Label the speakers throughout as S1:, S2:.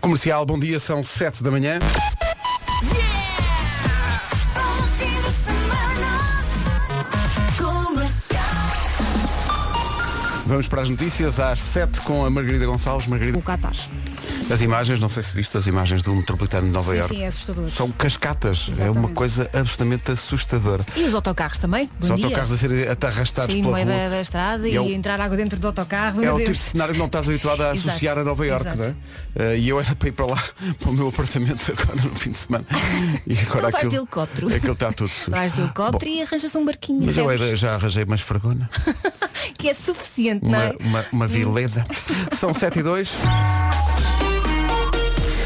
S1: Comercial, bom dia, são 7 da manhã. Vamos para as notícias às 7 com a Margarida Gonçalves. Margarida,
S2: O Qatar.
S1: as imagens, não sei se viste as imagens do metropolitano de Nova
S2: Sim,
S1: Iorque.
S2: sim, é assustador.
S1: São cascatas, é
S2: Exatamente.
S1: uma coisa absolutamente assustadora.
S2: E os autocarros também? Bom
S1: Os
S2: dia.
S1: autocarros a serem atarrastados
S2: Sim, no
S1: pela
S2: meio
S1: rua.
S2: da, da estrada e,
S1: é o-
S2: entrar água dentro do autocarro.
S1: É
S2: meu
S1: o tipo
S2: Deus.
S1: de cenário que não estás habituado a
S2: Exato,
S1: associar a Nova Iorque,
S2: exato.
S1: não é? Eh, E eu era para ir para lá, para o meu apartamento agora no fim de semana. E agora
S2: Então vais de helicóptero.
S1: Aquilo está tudo sujo.
S2: Vais de helicóptero
S1: Ah, Bom,
S2: e arranjas um barquinho.
S1: Mas eu é
S2: percebes?
S1: era- já arranjei uma esfregona,
S2: Que é suficiente, não
S1: uma,
S2: é?
S1: uma, uma vileda. São 7 e 2.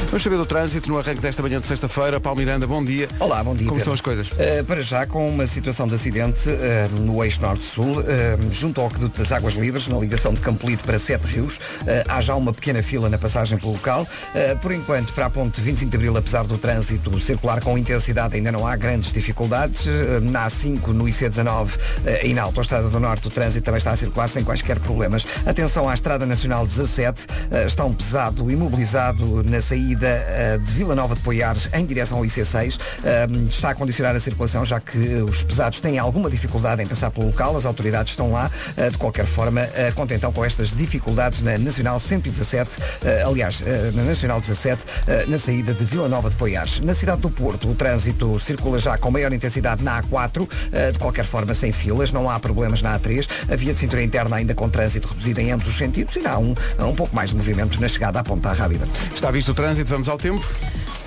S1: Vamos saber do trânsito no arranque desta manhã de sexta-feira. Paulo Miranda, bom dia.
S3: Olá, bom dia.
S1: Como estão
S3: Pedro.
S1: as coisas?
S3: Eh, para já, com uma situação de acidente eh, no eixo norte-sul, eh, junto ao aqueduto das Águas Livres, na ligação de Campolide para Sete Rios, eh, há já uma pequena fila na passagem pelo local. Eh, por enquanto, para a ponte 25 de Abril, apesar do trânsito circular com intensidade, ainda não há grandes dificuldades. Eh, na A5, no IC19 eh, e na Autostrada do Norte, o trânsito também está a circular sem quaisquer problemas. Atenção à Estrada Nacional 17, eh, está um pesado imobilizado na saída eh, de Vila Nova de Poiares em direção ao IC6. Eh, Está a condicionar a circulação, já que os pesados têm alguma dificuldade em passar pelo local, as autoridades estão lá. Eh, De qualquer forma, eh, contem então com estas dificuldades na Nacional 117, eh, aliás, eh, na Nacional 17, eh, na saída de Vila Nova de Poiares. Na cidade do Porto, o trânsito circula já com maior intensidade na A4, eh, de qualquer forma sem filas, não há problemas na A3. A via de cintura interna ainda com trânsito reduzido em ambos os sentidos e há um, um pouco mais de movimento na chegada à Ponta Rábida.
S1: Está visto o trânsito, vamos ao tempo.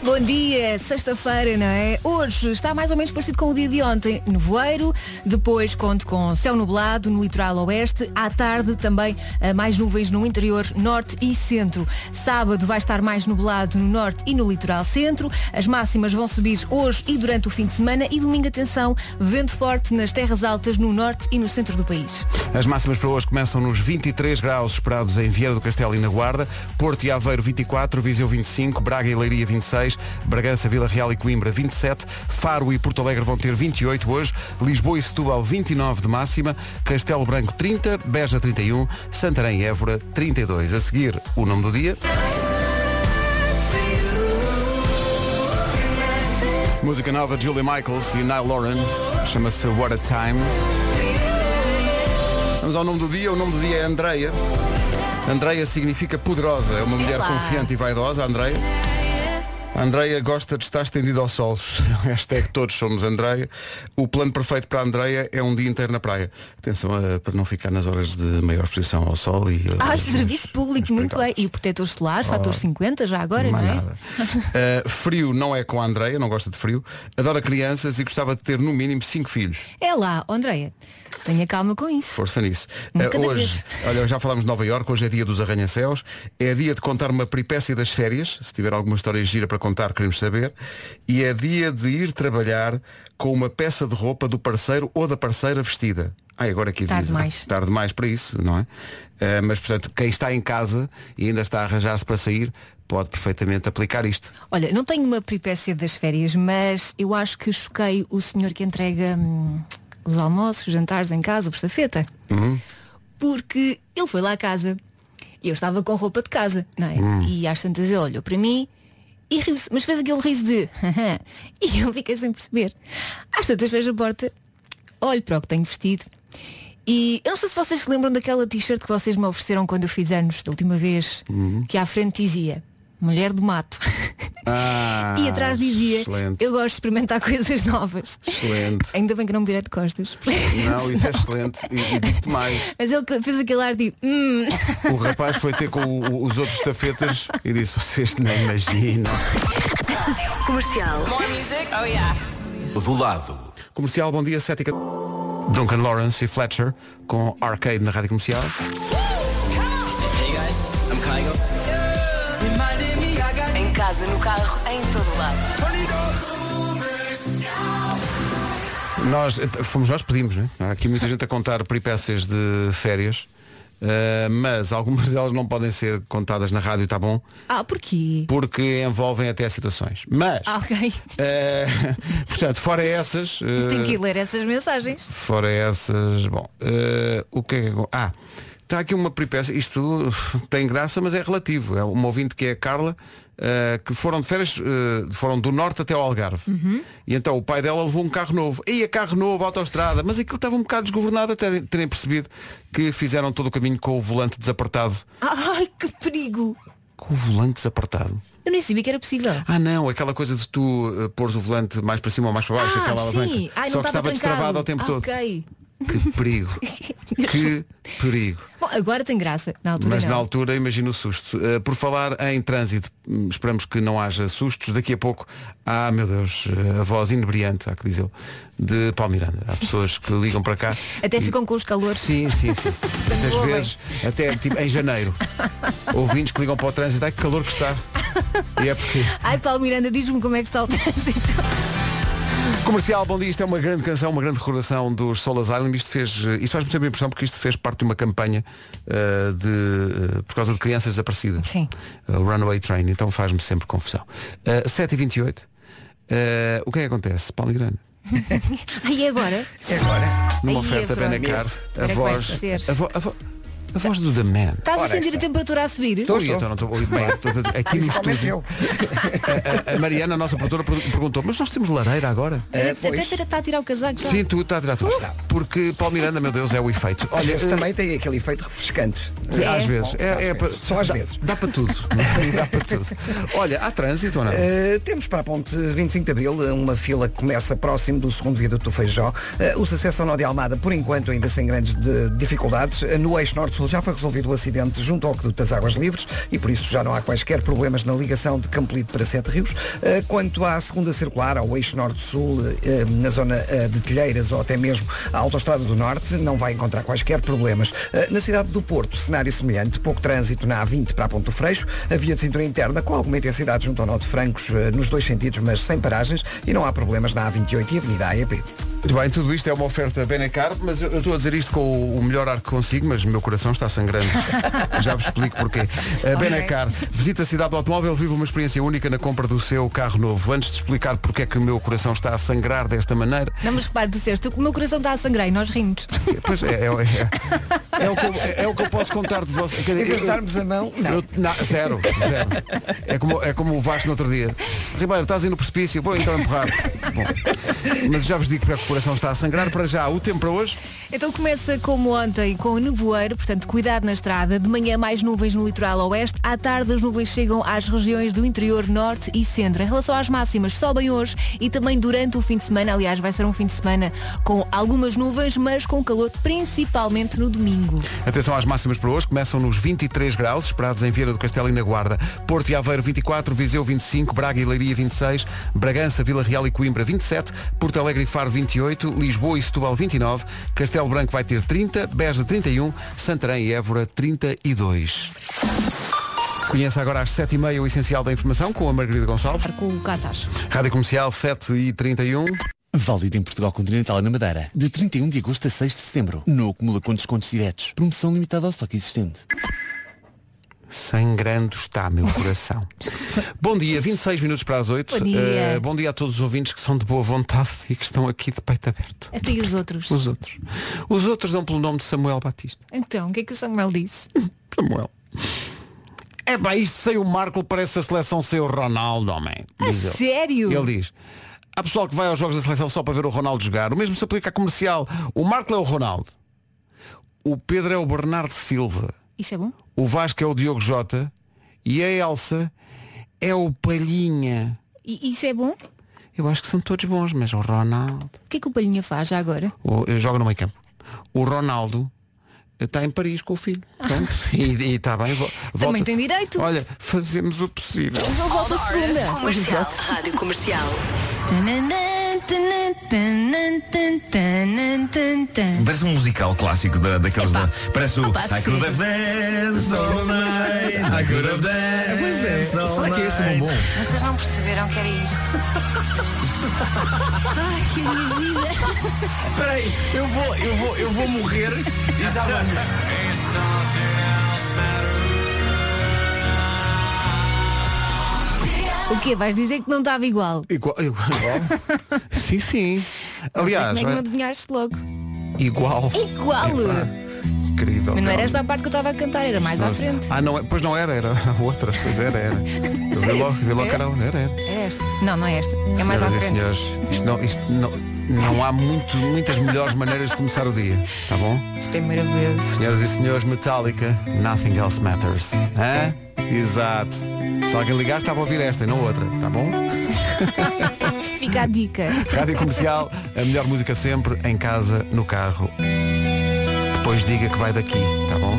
S2: Bom dia, sexta-feira, não é? Hoje está mais ou menos parecido com o dia de ontem. Nevoeiro, depois conto com céu nublado no litoral oeste. À tarde também ah, mais nuvens no interior norte e centro. Sábado vai estar mais nublado no norte e no litoral centro. As máximas vão subir hoje e durante o fim de semana. E domingo, atenção, vento forte nas terras altas no norte e no centro do país.
S1: As máximas para hoje começam nos 23 graus esperados em Vieira do Castelo e na Guarda, Porto e Aveiro 24, Viseu 25, Braga e Leiria 26, Bragança, Vila Real e Coimbra 27, Faro e Porto Alegre vão ter 28 hoje, Lisboa e Setúbal 29 de máxima, Castelo Branco 30, Beja 31, Santarém e Évora 32. A seguir, o nome do dia. Música nova de Julie Michaels e Nile Lauren, chama-se What a Time. Vamos ao nome do dia, o nome do dia é Andreia. Andreia significa poderosa, é uma mulher
S2: Ela.
S1: confiante e vaidosa, a Andreia. A Andreia gosta de estar estendida ao sol. Hashtag todos somos Andreia. O plano perfeito para a Andreia é um dia inteiro na praia. Atenção eh, para não ficar nas horas de maior exposição ao sol e. eh,
S2: Ai,
S1: aos-
S2: Ah, serviço público,
S1: aos
S2: muito bem. E o protetor solar, fator 50 já agora, não
S1: Oh, mais
S2: é?
S1: nada. Uh, frio não é com a Andreia, não gosta de frio. Adora crianças e gostava de ter no mínimo cinco filhos.
S2: É lá, Andreia, tenha calma com isso.
S1: Força nisso.
S2: Um de
S1: Uh,
S2: cada
S1: hoje,
S2: vez.
S1: olha, já falámos de Nova Iorque, hoje é dia dos arranha-céus, é dia de contar uma peripécia das férias, se tiver alguma história gira para contar, queremos saber, e é dia de ir trabalhar com uma peça de roupa do parceiro ou da parceira vestida. Ai, agora que
S2: Tarde
S1: avisa.
S2: mais.
S1: Tarde mais para isso, não é? Uh, mas, portanto, quem está em casa e ainda está a arranjar-se para sair, pode perfeitamente aplicar isto.
S2: Olha, não tenho uma peripécia das férias, mas eu acho que choquei o senhor que entrega hum, os almoços, os jantares em casa, por estafeta. Porque ele foi lá a casa e eu estava com roupa de casa, não é?
S1: Hum.
S2: E às tantas ele olhou para mim e riu-se, mas fez aquele riso de e eu fiquei sem perceber. Às tantas vejo a porta, olho para o que tenho vestido e eu não sei se vocês se lembram daquela t-shirt que vocês me ofereceram quando eu fiz anos da última vez,
S1: Uhum.
S2: que à frente dizia Mulher do Mato.
S1: Ah,
S2: E atrás dizia,
S1: Excelente.
S2: eu gosto de experimentar coisas novas.
S1: Excelente.
S2: Ainda bem que não me virei de costas.
S1: Não, isso é excelente. E, e digo-te mais.
S2: Mas ele fez aquele ar de hum.
S1: O rapaz foi ter com o- o- os outros estafetas e disse, vocês não imaginam.
S4: Comercial. Oh,
S5: Do lado.
S1: Comercial, bom dia, 7 e 14. Duncan Lawrence e Fletcher com Arcade na Rádio Comercial.
S4: Em casa, no carro, em todo lado.
S1: Nós eh, fomos nós que pedimos, né? Há aqui muita gente a contar peripécias de férias. eh, mas algumas delas não podem ser contadas na rádio, tá bom?
S2: Ah, porquê?
S1: Porque envolvem até situações. Mas,
S2: Ah, ok.
S1: eh, portanto, fora essas. eh,
S2: Tenho que ir ler essas mensagens.
S1: Fora essas, bom, eh, o que é que... acon- Ah, Está aqui uma peripécia, isto uh, tem graça, mas é relativo. É uma ouvinte que é a Carla, uh, que foram de férias, uh, foram do norte até ao Algarve.
S2: Uhum.
S1: E então o pai dela levou um carro novo. E a carro novo, autoestrada. Mas aquilo estava um bocado desgovernado até terem percebido que fizeram todo o caminho com o volante desapertado.
S2: Ai, que perigo!
S1: Com o volante desapertado?
S2: Eu nem sabia que era possível.
S1: Ah não, aquela coisa de tu uh, pôres o volante mais para cima ou mais para baixo,
S2: Ah,
S1: aquela alavanca.
S2: sim. Ai, não
S1: Só que
S2: estava
S1: estava destravado
S2: trancado.
S1: ao tempo
S2: Ah,
S1: todo.
S2: ok.
S1: Que perigo. que perigo.
S2: Bom, agora tem graça. Na altura
S1: Mas
S2: não.
S1: na altura imagino o susto. Uh, por falar em trânsito, hum, esperamos que não haja sustos. Daqui a pouco, ah meu Deus, uh, a voz inebriante, há que dizê-lo, de Paulo Miranda. Há pessoas que ligam para cá.
S2: Até ficam com os calores.
S1: Sim, sim, sim. sim. Às
S2: ouvem.
S1: vezes, até tipo, em janeiro. Ouvintes que ligam para o trânsito, ai que calor que está. E é porque.
S2: Ai, Paulo Miranda, diz-me como é que está o trânsito.
S1: Comercial, bom dia, isto é uma grande canção, uma grande recordação dos Solas Island. Isto, fez, eh, isto faz-me sempre a impressão porque isto fez parte de uma campanha uh, de, uh, por causa de crianças desaparecidas.
S2: Sim.
S1: Uh, Runaway Train, então faz-me sempre confusão. Uh, 7h28, uh, o que é que acontece? Paulo Miranda,
S2: Ai, e agora?
S3: É agora.
S1: numa
S2: Aí é
S1: oferta
S2: pronto.
S1: Benacar,
S2: Era
S1: a
S2: que vai
S1: voz,
S2: ser.
S1: a, vo- a vo- a voz do The Man.
S2: Estás a
S3: Ora,
S2: sentir a
S3: está.
S2: temperatura a subir?
S3: Estou.
S1: Ui, então não estou- ui, bem, estou a dizer, aqui no
S3: Principalmente
S1: estúdio,
S3: eu.
S1: a, a Mariana, a nossa produtora, per- perguntou, mas nós temos lareira agora?
S3: Eh,
S2: Até
S3: pois,
S2: está a tirar o casaco já.
S1: é,
S2: Uh!
S1: Sim, tu tá, está a tirar tudo.
S3: Está.
S1: Porque Paulo Miranda, meu Deus, é o efeito.
S3: às
S1: Olha,
S3: vezes também tem aquele efeito refrescante.
S1: Sim,
S2: É.
S1: Às vezes. É-
S3: eh, Às
S1: é
S3: vezes.
S1: pa-
S3: Só às
S1: dá-
S3: vezes.
S1: Dá para tudo. dá para tudo. Olha, há trânsito ou não?
S3: Uh, temos para a ponte 25 de Abril uh, uma fila que começa próximo do segundo viaduto do Feijó. Uh, os acessos ao Nó de Almada, por enquanto, ainda sem grandes de- dificuldades. Uh, no eixo norte-sul já foi resolvido o acidente junto ao Aqueduto das Águas Livres e por isso já não há quaisquer problemas na ligação de Campolide para Sete Rios. Uh, quanto à segunda circular, ao eixo norte-sul, uh, na zona uh, de Telheiras ou até mesmo à Autostrada do Norte, não vai encontrar quaisquer problemas. Uh, na cidade do Porto, cenário semelhante, pouco trânsito na A20 para a Ponte do Freixo, a via de cintura interna com alguma intensidade junto ao Nó de Francos eh, nos dois sentidos, mas sem paragens e não há problemas na A28 e Avenida AEP.
S1: Muito bem, tudo isto é uma oferta Benacar, mas eu eu estou a dizer isto com o- o melhor ar que consigo, mas o meu coração está sangrando. Já vos explico porquê. A Benacar, visita a cidade do automóvel, vive uma experiência única na compra do seu carro novo. Antes de explicar porque é que o meu coração está a sangrar desta maneira,
S2: Não, mas repare, tu disseste, o meu coração está a sangrar e nós rimos.
S1: pois é, é, é- é o, que eu, é o que eu posso contar de vocês. Quer
S3: Em
S1: dizer,
S3: vez de
S1: eu-
S3: darmos a mão, não.
S1: Eu- na- zero, zero. É como, é como o Vasco no outro dia. Ribeiro, estás aí no precipício, vou então empurrar. Bom, mas já vos digo que o coração está a sangrar. Para já, o tempo para hoje.
S2: Então começa como ontem, com o nevoeiro, portanto cuidado na estrada. De manhã mais nuvens no litoral oeste, à tarde as nuvens chegam às regiões do interior norte e centro. Em relação às máximas, sobem hoje e também durante o fim de semana, aliás vai ser um fim de semana com algumas nuvens, mas com calor principalmente no domingo.
S1: Atenção às máximas para hoje. Começam nos 23 graus, esperados em Vieira do Castelo e na Guarda. Porto e Aveiro 24, Viseu 25, Braga e Leiria 26, Bragança, Vila Real e Coimbra 27, Porto Alegre e Faro 28, Lisboa e Setúbal 29, Castelo Branco vai ter 30, Beja 31, Santarém e Évora 32. Conheça agora às 7h30 o essencial da informação com a Margarida Gonçalves.
S2: Com o Qatar.
S1: Rádio Comercial 7h31.
S6: Válido em Portugal Continental e na Madeira. De 31 de agosto a 6 de setembro. No acumula com descontos diretos. Promoção limitada ao estoque existente.
S1: Sangrando está meu coração. bom dia, 26 minutos para as 8.
S2: Bom dia.
S1: Eh, bom dia a todos os ouvintes que são de boa vontade e que estão aqui de peito aberto.
S2: Até e os outros.
S1: Os outros. Os outros dão pelo nome de Samuel Batista.
S2: Então, o que é que o Samuel disse?
S1: Samuel. É bem, isto sem o Marco parece a seleção sem o Ronaldo, homem.
S2: A
S1: Diz ele.
S2: sério?
S1: Ele diz. Há pessoal que vai aos jogos da seleção só para ver o Ronaldo jogar. O mesmo se aplica a comercial. O Marco é o Ronaldo. O Pedro é o Bernardo Silva.
S2: Isso é bom?
S1: O Vasco é o Diogo Jota e a Elsa é o Palhinha.
S2: E isso é bom?
S1: Eu acho que são todos bons, mas o Ronaldo.
S2: O que é que o Palhinha faz já agora?
S1: O, eu jogo no meio campo. O Ronaldo está em Paris com o filho. Pronto. E está bem. vo- volta-
S2: tem direito.
S1: Olha, fazemos o possível.
S2: Ele volta a segunda.
S4: Comercial. Rádio comercial.
S2: Tananã, tananã, tananã, tananã, tananã.
S7: Parece um musical clássico da, daqueles
S2: Epá.
S7: da. Parece o
S2: Opa,
S7: I could have danced all night. I could have danced. all night."
S4: Vocês não perceberam que era isto?
S2: Ai, que minha vida.
S7: Espera aí, eu vou, eu vou, eu vou morrer e já venho.
S2: O quê? Vais dizer que não estava igual?
S1: Igual. igual. sim, sim.
S2: Não sei
S1: Aliás,
S2: como é que não
S1: olha,
S2: adivinhaste logo?
S1: igual.
S2: Igual!
S1: Incrível.
S2: Mas não era
S1: Carla.
S2: esta a parte que eu estava a cantar, era mais à frente.
S1: Ah, não, é- pois não era, era a outra. Pois era, era. Eu vi
S2: Sério?
S1: logo, vi logo,
S2: É?
S1: Carol, era, era.
S2: É esta. Não, não é esta. É mais à
S1: Senhoras e
S2: frente.
S1: senhores, isto não, isto não, não há muito, muitas melhores maneiras de começar o dia, tá bom?
S2: Isto é maravilhoso.
S1: Senhoras e senhores, Metallica, Nothing Else Matters. Hã? Exato. Se alguém ligar, estava a ouvir esta e não outra, tá bom?
S2: Fica a dica.
S1: Rádio Comercial, a melhor música sempre, em casa, no carro. Depois diga que vai daqui, tá bom?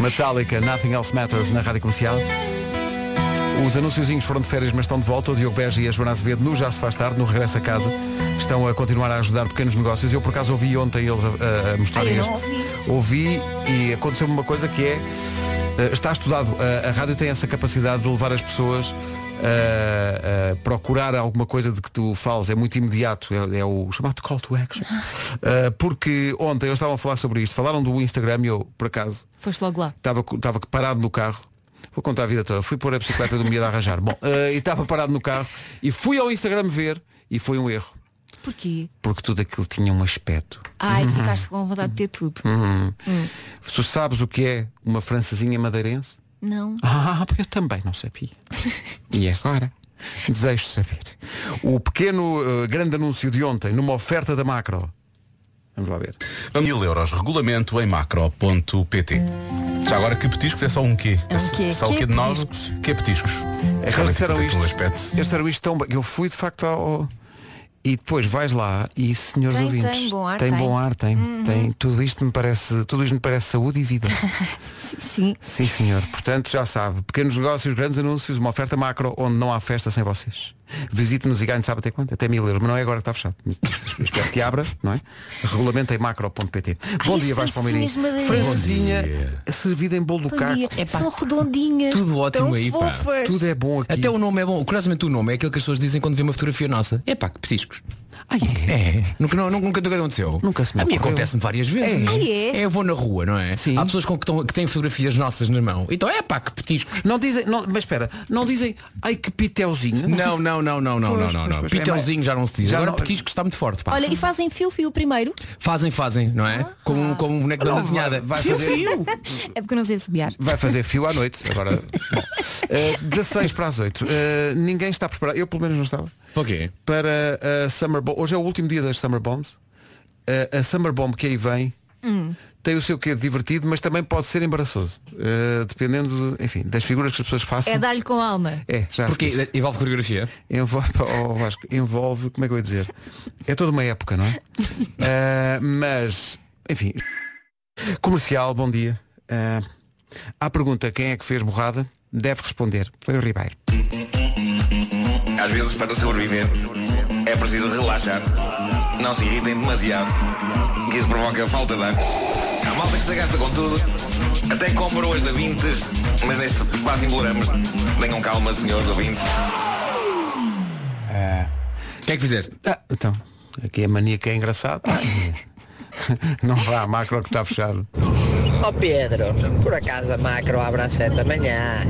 S1: Metallica, Nothing Else Matters na Rádio Comercial. Os anunciozinhos foram de férias, mas estão de volta. O Diogo Beja e a Joana Azevedo, no Já Se Faz Tarde, no Regresso a Casa, estão a continuar a ajudar pequenos negócios. Eu, por acaso, ouvi ontem eles a, a- a mostrarem
S2: Ah, eu
S1: este.
S2: não
S1: Ouvi e aconteceu-me uma coisa que é... eh, Está estudado. A, a rádio tem essa capacidade de levar as pessoas a, a procurar alguma coisa de que tu fales. É muito imediato. É, é o chamado call to action. Eh, porque ontem eles estavam a falar sobre isto. Falaram do Instagram e eu, por acaso,
S2: Foste logo lá.
S1: estava, estava parado no carro. Vou contar a vida toda. Fui pôr a bicicleta do miúdo a arranjar. Bom, eh, e estava parado no carro e fui ao Instagram ver e foi um erro.
S2: Porquê?
S1: Porque tudo aquilo tinha um aspecto.
S2: Ai, ficaste com vontade de ter tudo.
S1: Uhum. Tu sabes o que é uma francesinha madeirense?
S2: Não.
S1: Ah, eu também não sabia. e agora? Desejo saber. O pequeno eh, grande anúncio de ontem, numa oferta da macro. Vamos lá ver.
S5: Mil euros, regulamento em macro.pt. Já agora que petiscos é só um quê?
S8: É um quê?
S5: Só o
S8: Quê
S5: quê de nós?
S8: petiscos?
S5: Que petiscos?
S1: É que
S5: Olha
S1: eles
S5: que
S1: disseram
S5: tem
S1: isto.
S5: um aspecto.
S1: Eles disseram isto tão bem. Eu fui de facto ao. ao- E depois vais lá e senhores
S2: Tem-
S1: ouvintes.
S2: tem bom ar,
S1: tem,
S2: tem. Uhum.
S1: bom ar, tem, tem. Tudo isto me parece, tudo isto me parece saúde e vida.
S2: Sim.
S1: Sim, senhor. Portanto, já sabe. Pequenos negócios, grandes anúncios, uma oferta macro onde não há festa sem vocês. Visite-nos e ganhe, sabe até quanto? Até mil euros. Mas não é agora que está fechado. Mas Espero que abra, não é? Regulamento em macro.pt. Bom
S2: as
S1: dia, Vasco Palmeirinho.
S2: francesinhas madeirenses.
S1: Franzinha servida em bolo do
S2: Bom dia.
S1: caco.
S8: Epá,
S2: São redondinhas.
S8: tudo ótimo
S2: tão
S8: aí, pá.
S2: fofas.
S1: Tudo é bom aqui.
S8: Até o nome é bom. Curiosamente o nome é aquele que as pessoas dizem quando vê uma fotografia nossa. É pá, que petiscos.
S1: Ai, é.
S8: É. Nunca, não, nunca, nunca aconteceu.
S1: Nunca se me
S8: A mim
S1: ocorreu.
S8: acontece-me várias vezes.
S2: Ah, é?
S8: eu vou na rua, não é?
S1: Sim.
S8: Há pessoas com que, tão- que têm fotografias nossas na mão. Então é pá, que petiscos.
S1: Não dizem, não, mas espera, não dizem, ai que piteuzinho.
S8: Não, não, não, não, não,
S1: Pois, pois,
S8: não, não. não.
S1: pois. É
S8: Pitelzinho já não se diz.
S1: Já
S8: Agora
S1: não-
S8: petiscos está muito forte, pá.
S2: Olha, Ah. e fazem fio-fio primeiro.
S8: Fazem, fazem, não é? Como, como um boneco da
S1: Não,
S8: banda desenhada.
S1: vai- vai
S8: Fio,
S1: fazer-
S8: fio.
S1: uh.
S2: É porque eu não sei assobiar.
S1: Vai fazer fio à noite. Agora, bom. Eh, 16 para as 8. Eh, ninguém está preparado. Eu pelo menos não estava.
S8: Para o quê?
S1: para a Summer Bomb. Hoje é o último dia das Summer Bombs. Eh, A, a Summer Bomb que aí vem tem o seu quê de divertido, mas também pode ser embaraçoso. Uh, dependendo, enfim, das figuras que as pessoas façam.
S2: É dar-lhe com alma.
S1: É, já se disse.
S8: Porque envolve coreografia.
S1: envolve, oh, Vasco, envolve, como é que eu ia dizer? É toda uma época, não é? Uh, mas, enfim. Comercial, bom dia. Uh, à pergunta quem é que fez borrada, deve responder. Foi o Ribeiro.
S9: Às vezes, para sobreviver, é preciso relaxar. Não se irritem demasiado, que isso provoca falta de ar. Há malta que se gasta com tudo, até compra hoje da Vintes, mas neste quase embolamos. Tenham calma, senhores ouvintes.
S8: O que é que fizeste?
S1: Ah, então, aqui a mania que é engraçada. Não vá, a macro que está fechado.
S10: Ó Pedro, por acaso a macro abre às 7 da manhã.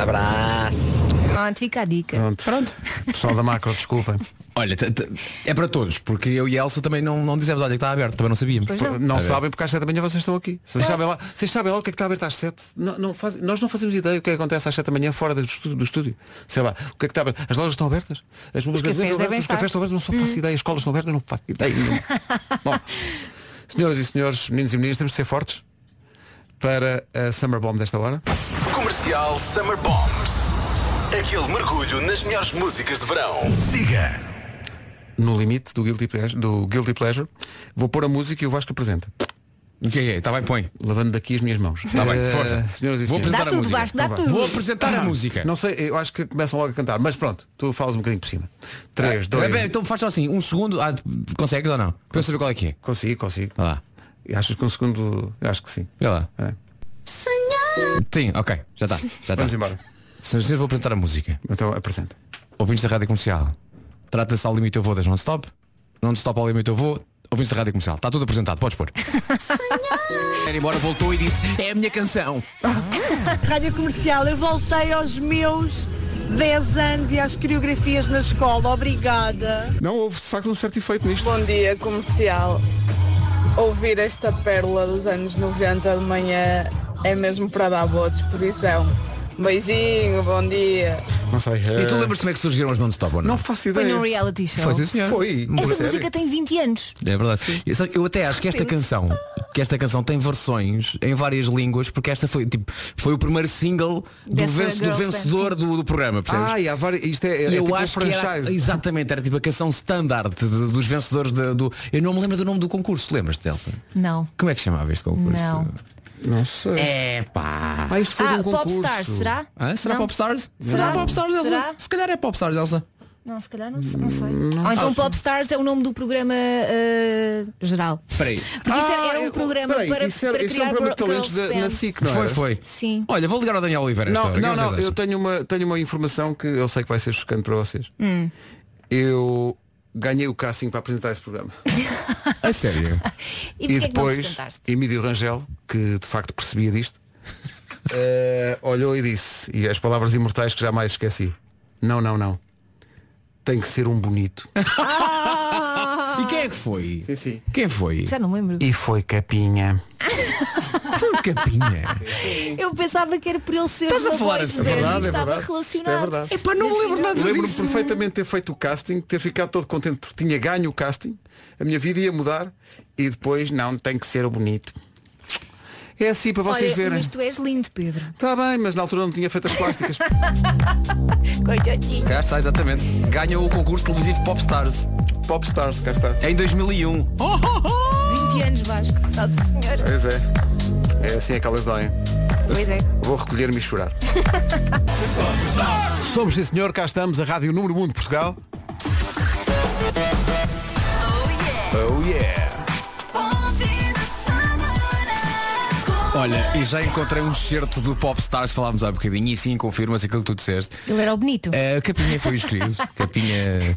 S10: Abraço.
S2: Pronto, fica a dica.
S1: Pronto. Pronto. Pessoal da macro, desculpa.
S8: Olha, t- t- é para todos, porque eu e a Elsa também não, não dizemos, olha que está aberto, também não sabíamos.
S2: Pois
S1: Não, sabem porque às 7 da manhã vocês estão aqui. Vocês sabem lá, vocês sabem lá o que é que está aberto às 7? Não, não faz- nós não fazemos ideia o que é que acontece às 7 da manhã fora do estúdio, do estúdio. Sei lá, o que é que está aberto? As lojas estão abertas? As os
S2: cafés devem
S1: os cafés
S2: estar. Uhum.
S1: estão abertos, não só faço ideia, as escolas estão abertas, não faço ideia nenhuma. Bom, senhoras e senhores, meninos e meninas, temos de ser fortes para a Summer Bomb desta hora.
S5: Comercial Summer Bombs. Aquele mergulho nas melhores músicas de verão. Siga.
S1: no limite do Guilty Pleasure, do guilty pleasure. vou pôr a música e o Vasco apresenta,
S8: O que é que é? Está bem, põe.
S1: lavando daqui as minhas mãos.
S8: Está Tá bem,
S1: Eh,
S8: força.
S1: Senhoras e
S8: Vou
S1: senhores.
S8: apresentar
S2: Dá
S8: a
S2: tudo,
S8: música.
S2: Vasco, dá
S8: Então vá.
S2: tudo.
S8: Vou apresentar a música.
S1: Ah. Não sei, eu acho que começam logo a cantar, mas pronto, tu falas um bocadinho por cima. 3,
S8: É, bem,
S1: 2,
S8: Então faz só assim, um segundo. Ah, consegues ou não? Para eu saber qual é que é.
S1: consigo, consigo.
S8: Vai lá.
S1: Achas que um segundo. Acho que sim.
S8: Vê lá.
S1: É.
S8: Sim, ok, já está. Já está.
S1: Vamos embora.
S8: Senhoras e senhores, vou apresentar a música.
S1: Então apresenta.
S8: Ouvintes da Rádio Comercial. Trata-se ao limite eu vou das non-stop. Non-stop ao limite eu vou. Ouvintes da Rádio Comercial. Está tudo apresentado, podes pôr. Era embora, voltou e disse, é a minha canção.
S11: Rádio Comercial, eu voltei aos meus 10 anos e às coreografias na escola. Obrigada.
S1: Não houve de facto um certo efeito nisto.
S11: dia, comercial.
S12: Ouvir esta pérola dos anos 90 de manhã é mesmo para dar boa disposição. é um Beijinho, bom dia.
S1: Não sei.
S8: E tu lembras como é que surgiram as non-stop ou não? Não
S1: faço
S2: Foi num reality show.
S8: Foi, sim, senhor. Foi.
S2: Esta
S8: Sério?
S2: música tem 20 anos.
S8: É verdade. Eu, só- eu até acho que esta
S2: repente.
S8: canção, que esta canção tem versões em várias línguas, porque esta foi tipo foi o primeiro single do,
S1: Dessa
S8: venc- do
S1: Girls Band,
S8: vencedor do, do programa, percebes?
S1: Ah, e há várias. Isto é, é,
S8: E eu
S1: tipo um
S8: acho que era,
S1: franchise.
S8: exatamente, era tipo a canção standard de- dos vencedores de- do. Eu não me lembro do nome do concurso, lembras-te, Elsa?
S2: Não.
S8: Como é que chamava este concurso?
S2: Não.
S1: Não sei.
S8: É pá.
S1: Ah, isto
S2: foi Ah, de um concurso. Popstars, será?
S8: Hã? Será
S2: Não.
S8: Popstars?
S2: Será?
S8: Popstars, Elsa?
S2: Será?
S8: Se calhar é Popstars, Elsa.
S2: Não, se calhar não, sei- não sei. Ou então
S8: Ah,
S2: Popstars é o nome do programa eh, geral.
S8: Espera aí.
S2: Porque
S1: é-
S2: isto era- era um programa
S1: Ah, peraí,
S2: para,
S1: isso era-
S2: para
S1: isso é um
S2: criar
S1: programa de
S2: bro-
S1: talentos
S2: girls
S1: da- na
S2: band.
S1: SIC, não é?
S8: Foi, foi.
S2: Sim.
S8: Olha, vou ligar ao Daniel Oliveira. esta
S1: Não,
S8: hora. O que é
S1: não,
S8: que
S1: não,
S8: vocês
S1: eu tenho uma, tenho uma informação que eu sei que vai ser chocante para vocês.
S2: Hum.
S1: Eu ganhei o casting para apresentar esse programa.
S8: A sério?
S2: E,
S1: E
S2: porquê é que não
S1: depois,
S2: apresentaste?
S1: Emílio Rangel, que de facto percebia disto, eh, olhou e disse, e as palavras imortais que jamais esqueci, não, não, não. Tem que ser um bonito.
S8: E quem é que foi?
S1: Sim, sim.
S8: Quem foi?
S2: Ah. Já não me lembro.
S1: E foi Capinha.
S8: foi o Capinha.
S2: Eu pensava que era por ele ser
S8: Estás a
S2: uma
S8: falar
S2: voz
S8: a
S2: dele
S1: verdade,
S2: e
S1: é
S2: estava
S1: verdade. Isto é
S2: relacionado.
S1: verdade.
S8: Epá, não me lembro nada
S1: Lembro-me perfeitamente de ter feito o casting, ter ficado todo contente porque tinha ganho o casting, a minha vida ia mudar e depois não, tem que ser o bonito. É assim para vocês
S2: Olha,
S1: verem.
S2: mas tu és lindo, Pedro.
S1: Está bem, mas na altura não tinha feito as plásticas.
S2: Coitadinho.
S8: Cá está, exatamente. Ganhou o concurso televisivo Popstars.
S1: Popstars, cá está.
S8: Em 2001. oh,
S1: É.
S2: 20 anos, Vasco. Nossa senhora.
S1: Pois é. É assim é que elas doem.
S2: Pois é.
S1: Vou recolher-me e chorar. Somos sim senhor, cá estamos, a Rádio Número 1 de Portugal. Oh yeah!
S8: Olha, e já encontrei um excerto do Popstars, falámos há bocadinho, e sim, confirma-se aquilo que tu disseste.
S2: Ele era o bonito.
S1: É,
S8: A Eh, Capinha foi o escrito. Capinha.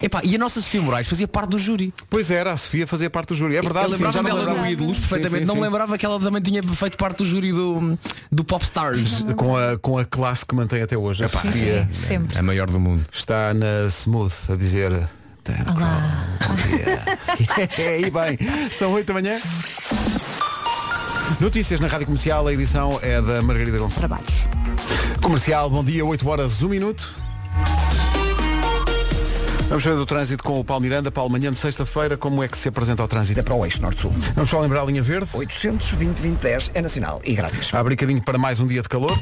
S8: Epá, e a nossa Sofia Moraes fazia parte do júri.
S1: Pois era, a Sofia fazia parte do júri. É verdade, sim,
S8: eu
S1: já
S8: lembrava
S1: me
S8: dela
S1: lembrava.
S8: do Ídolos perfeitamente.
S1: Sim, sim,
S8: não
S1: sim.
S8: lembrava que ela também tinha feito parte do júri do, do Popstars.
S1: Com a, com a classe que mantém até hoje. A
S8: Epá,
S2: Sim,
S1: Sofia
S2: sim, sempre.
S8: A maior do mundo.
S1: está na Smooth a dizer.
S2: Olá.
S1: e bem, são 8 da manhã. Notícias na Rádio Comercial, a edição é da Margarida Gonçalves.
S2: Trabalhos.
S1: Comercial, bom dia, 8 horas, 1 minuto. Vamos saber do trânsito com o Paulo Miranda. Paulo, manhã de sexta-feira, como é que se apresenta o trânsito?
S3: para o eixo norte-sul.
S1: Vamos só lembrar a linha verde.
S3: 820 2010 é nacional e grátis.
S1: Abre caminho para mais um dia de calor.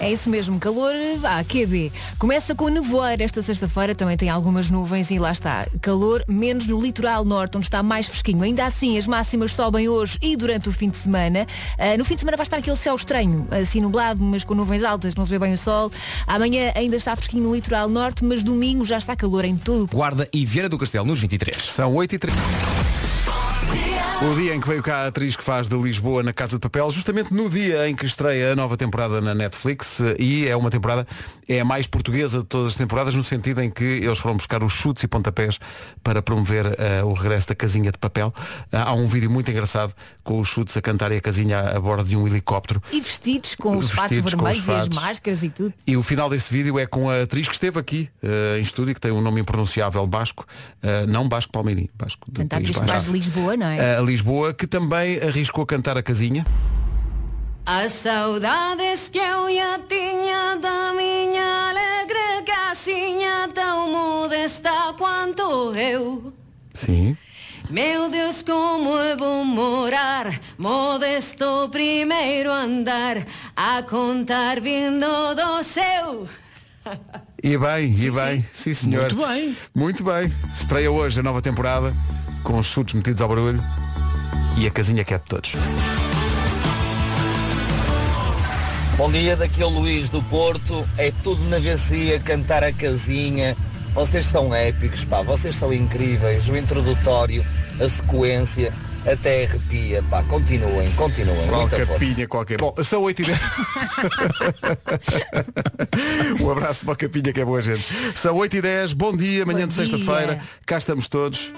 S2: É isso mesmo, calor a QB. Começa com nevoeiro esta sexta-feira, também tem algumas nuvens e lá está. Calor menos no litoral norte, onde está mais fresquinho. Ainda assim, as máximas sobem hoje e durante o fim de semana. Ah, no fim de semana vai estar aquele céu estranho, assim nublado, mas com nuvens altas, não se vê bem o sol. Amanhã ainda está fresquinho no litoral norte, mas domingo já está calor em todo o
S8: Guarda e Vieira do Castelo, nos 23.
S1: São 8 e 3. O dia em que veio cá a atriz que faz de Lisboa na Casa de Papel, justamente no dia em que estreia a nova temporada na Netflix, eh, e é uma temporada, é a mais portuguesa de todas as temporadas, no sentido em que eles foram buscar os chutes e pontapés para promover eh, o regresso da casinha de papel. Ah, há um vídeo muito engraçado com os chutes a cantar e a casinha a, a bordo de um helicóptero.
S2: E vestidos com os fatos
S1: Vestidos com os
S2: vermelhos e as
S1: fatos.
S2: máscaras e tudo.
S1: E o final desse vídeo é com a atriz que esteve aqui eh, em estúdio, que tem um nome impronunciável basco, eh, não Basco Palmeirim, Basco do
S2: Portanto, a
S1: País
S2: atriz que
S1: Basco. Eh,
S2: faz de Lisboa, não é?
S1: a Lisboa, que também arriscou cantar a casinha.
S4: As saudades que eu já tinha da minha alegre casinha tão modesta quanto eu.
S1: Sim.
S4: Meu Deus, como é bom morar, modesto primeiro andar, a contar vindo do céu.
S1: E é bem, e bem, sim, senhor.
S4: Muito bem.
S1: Muito bem. Estreia hoje a nova temporada, com os chutes metidos ao barulho e a casinha que é de todos.
S13: Bom dia, daqui é o Luís do Porto. É tudo na VCI, cantar a casinha. Vocês são épicos, pá. Vocês são incríveis. O introdutório, a sequência, até arrepia, pá. Continuem, continuem. Muita
S1: Qualquer
S13: força.
S1: pinha, qualquer. Bom, são 8 e 10. um abraço para a capinha que é boa gente. São 8 e 10, bom dia, manhã de
S14: dia.
S1: sexta-feira. Cá estamos todos.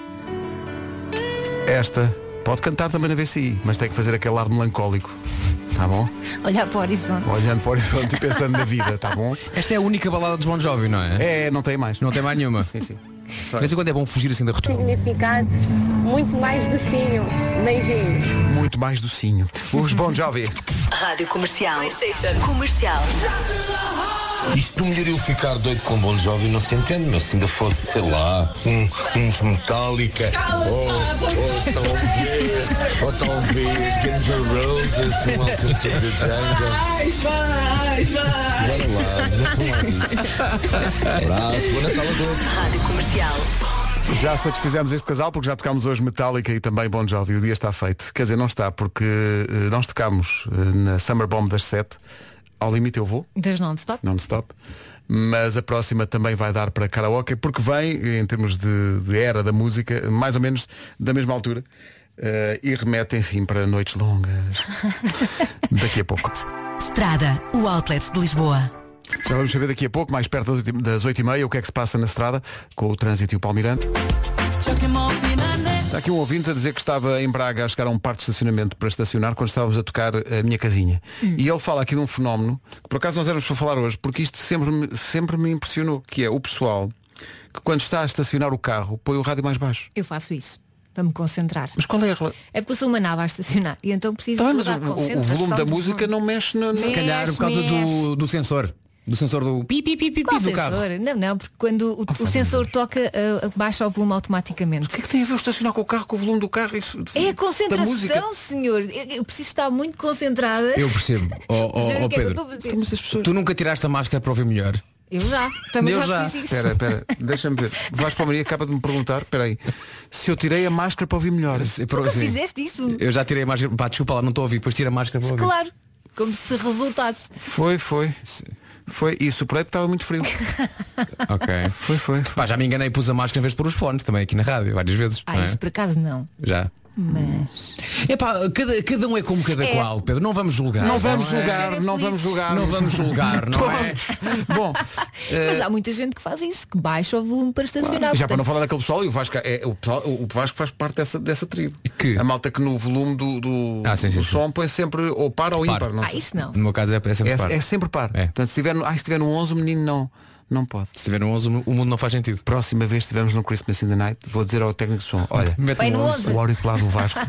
S1: Esta pode cantar também na VCI, mas tem que fazer aquele ar melancólico. Tá bom?
S2: Olhar para o horizonte.
S1: Olhando para o horizonte e pensando na vida, tá bom?
S8: Esta é a única balada dos Bon Jovi, não é?
S1: É, não tem mais.
S8: Não tem mais nenhuma. sim,
S1: sim. De
S8: vez em quando é bom fugir assim da rotina.
S15: significar
S14: muito mais docinho. Beijinhos.
S1: Muito mais docinho. Os Bon Jovi.
S15: Rádio Comercial. PlayStation. Comercial.
S16: Isto mulher eu ficar doido com um bom jovem não se entende, mas se ainda fosse, sei lá, um, um Metallica, ou, ou talvez, ou talvez Guns N' Roses, um Welcome to the Jungle.
S7: mais,
S16: Bora lá, Abraço, boa Natal a todos.
S15: Rádio Comercial.
S1: Já satisfizemos este casal porque já tocámos hoje Metallica e também Bon Jovi. O dia está feito. Quer dizer, não está, porque eh, nós tocámos eh, na Summer Bomb das 7. Ao limite eu vou,
S2: Das non-stop.
S1: non-stop. Mas a próxima também vai dar para karaoke, porque vem, eh, em termos de, de era da música, mais ou menos da mesma altura. eh, e remete, enfim, para noites longas. Daqui a pouco.
S15: Estrada, o outlet de Lisboa.
S1: Já vamos saber daqui a pouco, mais perto das oito- das 8h30, o que é que se passa na estrada com o trânsito e o Palmirante. Está aqui um ouvinte a dizer que estava em Braga a chegar a um parque de estacionamento para estacionar quando estávamos a tocar a minha casinha.
S2: Hum.
S1: E ele fala aqui de um fenómeno que por acaso nós éramos para falar hoje, porque isto sempre me, sempre me impressionou, que é o pessoal que quando está a estacionar o carro põe o rádio mais baixo.
S2: Eu faço isso. Para me concentrar.
S1: Mas qual é a rela-
S2: É porque eu sou uma nava a estacionar. E então preciso
S1: Tá bem,
S2: de
S1: mas
S2: toda a
S1: o- o- o
S2: concentração.
S1: volume da
S2: do
S1: música
S2: mundo.
S1: não mexe na-
S8: Se calhar por causa
S2: Mexe,
S8: do, do sensor. Do sensor do pi pi pi pi, pi
S2: Qual
S8: do carro.
S2: sensor? Não, não, porque quando
S1: Então
S2: o, o sensor toca, ah, baixa o volume automaticamente. O que
S1: é que tem a ver estacionar com o carro, com o volume do carro? Isso,
S2: é
S1: da
S2: a
S1: música?
S2: concentração, senhor. Eu, eu preciso estar muito concentrada.
S8: Eu percebo. Oh, oh,
S2: Dizer o
S8: oh,
S2: que é que eu
S8: Pedro,
S2: estou a fazer. Então, mas as pessoas-
S8: tu nunca tiraste a máscara para ouvir melhor.
S2: Eu já. Também
S8: Eu
S2: já,
S8: já.
S2: fiz isso.
S1: Espera, espera, deixa-me ver. Vais para a Maria, acaba de me perguntar, espera aí, se eu tirei a máscara para ouvir melhor.
S2: Nunca fizeste isso?
S8: Eu já tirei a máscara. Pá, desculpa lá, não estou a ouvir. Depois tira a máscara para ouvir.
S2: Claro. Como se resultasse.
S1: Foi, foi. Foi. E suprei porque estava muito frio.
S8: ok.
S1: Foi, foi. Ah,
S8: Pá, já me enganei, pus a máscara em vez de pôr os fones também aqui na rádio, várias vezes.
S2: Ah,
S8: não é?
S2: isso por acaso não.
S8: Já.
S2: Mas.
S8: Epá, cada, cada um é como cada
S2: É.
S8: qual, Pedro. Não vamos julgar.
S1: Não vamos
S8: é?
S1: julgar, não vamos julgar.
S8: Não vamos julgar, não é?
S1: Bom,
S2: Mas há muita gente que faz isso, que baixa o volume para estacionar.
S1: É. já para não
S2: portanto,
S1: falar daquele pessoal, e o Vasco, é, o, pessoal- o Vasco faz parte dessa, dessa tribo. A malta que Ah, no volume do, do, do som põe sempre ou par ou ímpar. Não
S2: Ah,
S1: sei.
S2: isso não.
S8: No meu caso é, é sempre
S1: É-
S8: par.
S1: é sempre par. Portanto, se tiver, no- ah, se tiver no 11, o menino não. Não pode.
S8: Se tiver no 11, o mundo não faz sentido.
S1: Próxima vez que estivermos no Christmas in the Night, vou dizer ao técnico de som, olha,
S8: Mete um Põe no no 11. 11.
S1: o auricular do Vasco,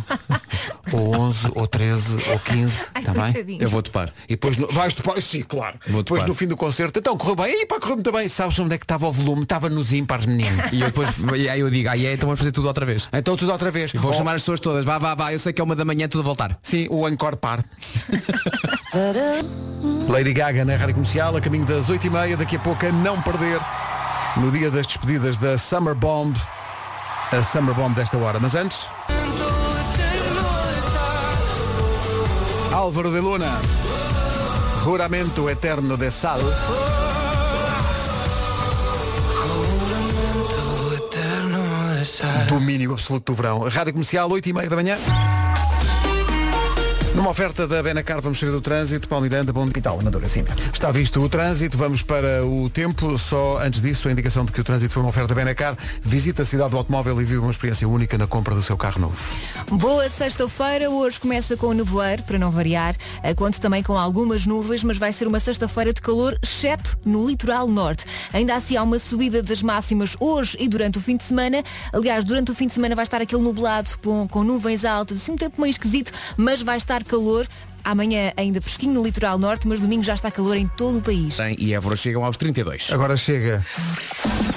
S1: ou 11, ou 13, ou 15,
S8: Ai,
S1: está bem?
S8: coitadinho. Eu vou topar.
S1: E depois, no- vais topar, sim, claro.
S8: Vou
S1: depois
S8: topar.
S1: no fim do concerto, então correu bem, e pá, correu muito bem. Sabes onde é que estava o volume? Estava nos ímpares, menino.
S8: E eu depois e aí eu digo, ah, é, então vamos fazer tudo outra vez.
S1: Então tudo outra vez.
S8: Vou
S1: Oh.
S8: chamar as pessoas todas. Vá, vá, vá, eu sei que é uma da manhã, tudo a voltar.
S1: Sim, o encore par. Lady Gaga na Rádio Comercial, a caminho das 8h30, daqui a pouco a não perder, no dia das despedidas da Summer Bomb, a Summer Bomb desta hora. Mas antes. Álvaro de Luna, Juramento Eterno de Sal. Domínio absoluto do verão. Rádio Comercial, 8h30 da manhã. Numa oferta da Benacar, vamos saber do trânsito. Paulo Miranda, bom
S3: Capital Amadora Sintra.
S1: Está visto o trânsito, vamos para o tempo. Só antes disso, a indicação de que o trânsito foi uma oferta Benacar. Visita a cidade do automóvel e vive uma experiência única na compra do seu carro novo.
S2: Boa sexta-feira, hoje começa com o nevoeiro, para não variar, eh, conto também com algumas nuvens, mas vai ser uma sexta-feira de calor, exceto no litoral norte. Ainda assim há uma subida das máximas hoje e durante o fim de semana. Aliás, durante o fim de semana vai estar aquele nublado com, com nuvens altas, assim um tempo meio esquisito, mas vai estar calor. Amanhã ainda fresquinho no litoral norte, mas domingo já está calor em todo o país.
S8: Tem e Évora chegam aos 32.
S1: Agora chega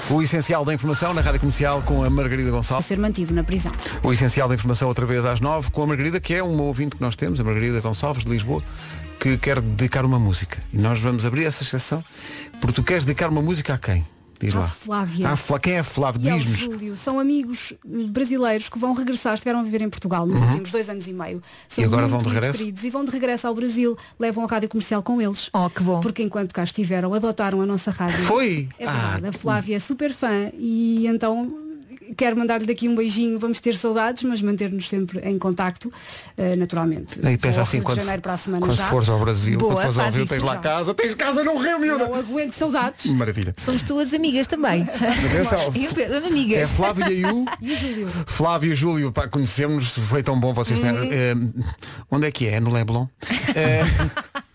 S1: o essencial da informação na Rádio Comercial com a Margarida Gonçalves.
S17: ser mantido na prisão.
S1: O essencial da informação outra vez às nove com a Margarida, que é uma ouvinte que nós temos, a Margarida Gonçalves de Lisboa, que quer dedicar uma música. E nós vamos abrir essa exceção, porque tu queres dedicar uma música a quem? Diz
S17: À
S1: lá.
S17: Flávia.
S1: Ah, Flá- quem é a
S17: E
S1: Flávia?
S17: ao
S1: Diz-nos.
S17: Júlio, são amigos brasileiros que vão regressar, estiveram a viver em Portugal nos
S1: Uhum.
S17: últimos dois anos e meio. São
S1: E agora
S17: muito,
S1: vão de
S17: muito
S1: regresso?
S17: queridos e vão de regresso ao Brasil, levam a rádio comercial com eles. Oh, que bom. Porque enquanto cá estiveram, adotaram a nossa rádio.
S1: Foi?
S17: É
S1: Ah,
S17: verdade, a Flávia é super fã e então quero mandar-lhe daqui um beijinho, vamos ter saudades, mas manter-nos sempre em contacto, eh, naturalmente.
S1: E pensa
S17: Vou ao
S1: assim,
S17: Rio de
S1: quando-
S17: Janeiro para a semana
S1: quando
S17: já.
S1: fores ao Brasil, quando fores ao
S17: faz
S1: Rio,
S17: isso
S1: tens lá
S17: já.
S1: casa, tens casa no Rio, miúda.
S17: Não aguento saudades.
S1: Maravilha.
S2: Somos tuas amigas também.
S1: Atenção.
S2: Eu, Pedro, amigas.
S1: É a Flávia e o-
S17: E o Júlio.
S1: Flávio e Júlio, pá, conhecemos, foi tão bom vocês terem.
S17: Uhum.
S1: Eh, onde é que é? É No Leblon? Eh,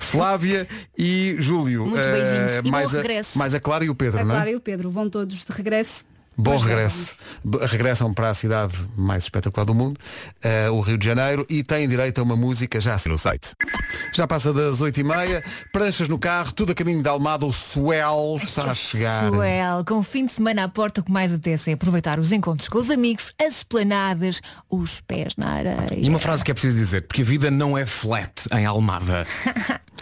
S1: Flávia e Júlio.
S17: Muitos beijinhos.
S1: Eh,
S17: E bom
S1: mais, a,
S17: regresso.
S1: mais a Clara e o Pedro,
S17: a
S1: não é?
S17: Clara e o Pedro vão todos de regresso
S1: Bom
S5: é,
S1: regresso. B- Regressam para a cidade mais espetacular do mundo, eh, o Rio de Janeiro, e têm direito a uma música já no site. Já passa das 8h30, pranchas no carro, tudo a caminho de Almada, o Swell está a chegar.
S2: Suel, é com o fim de semana à porta, o que mais apetece é aproveitar os encontros com os amigos, as esplanadas, os pés na areia.
S8: E uma frase que é preciso dizer, porque a vida não é flat em Almada.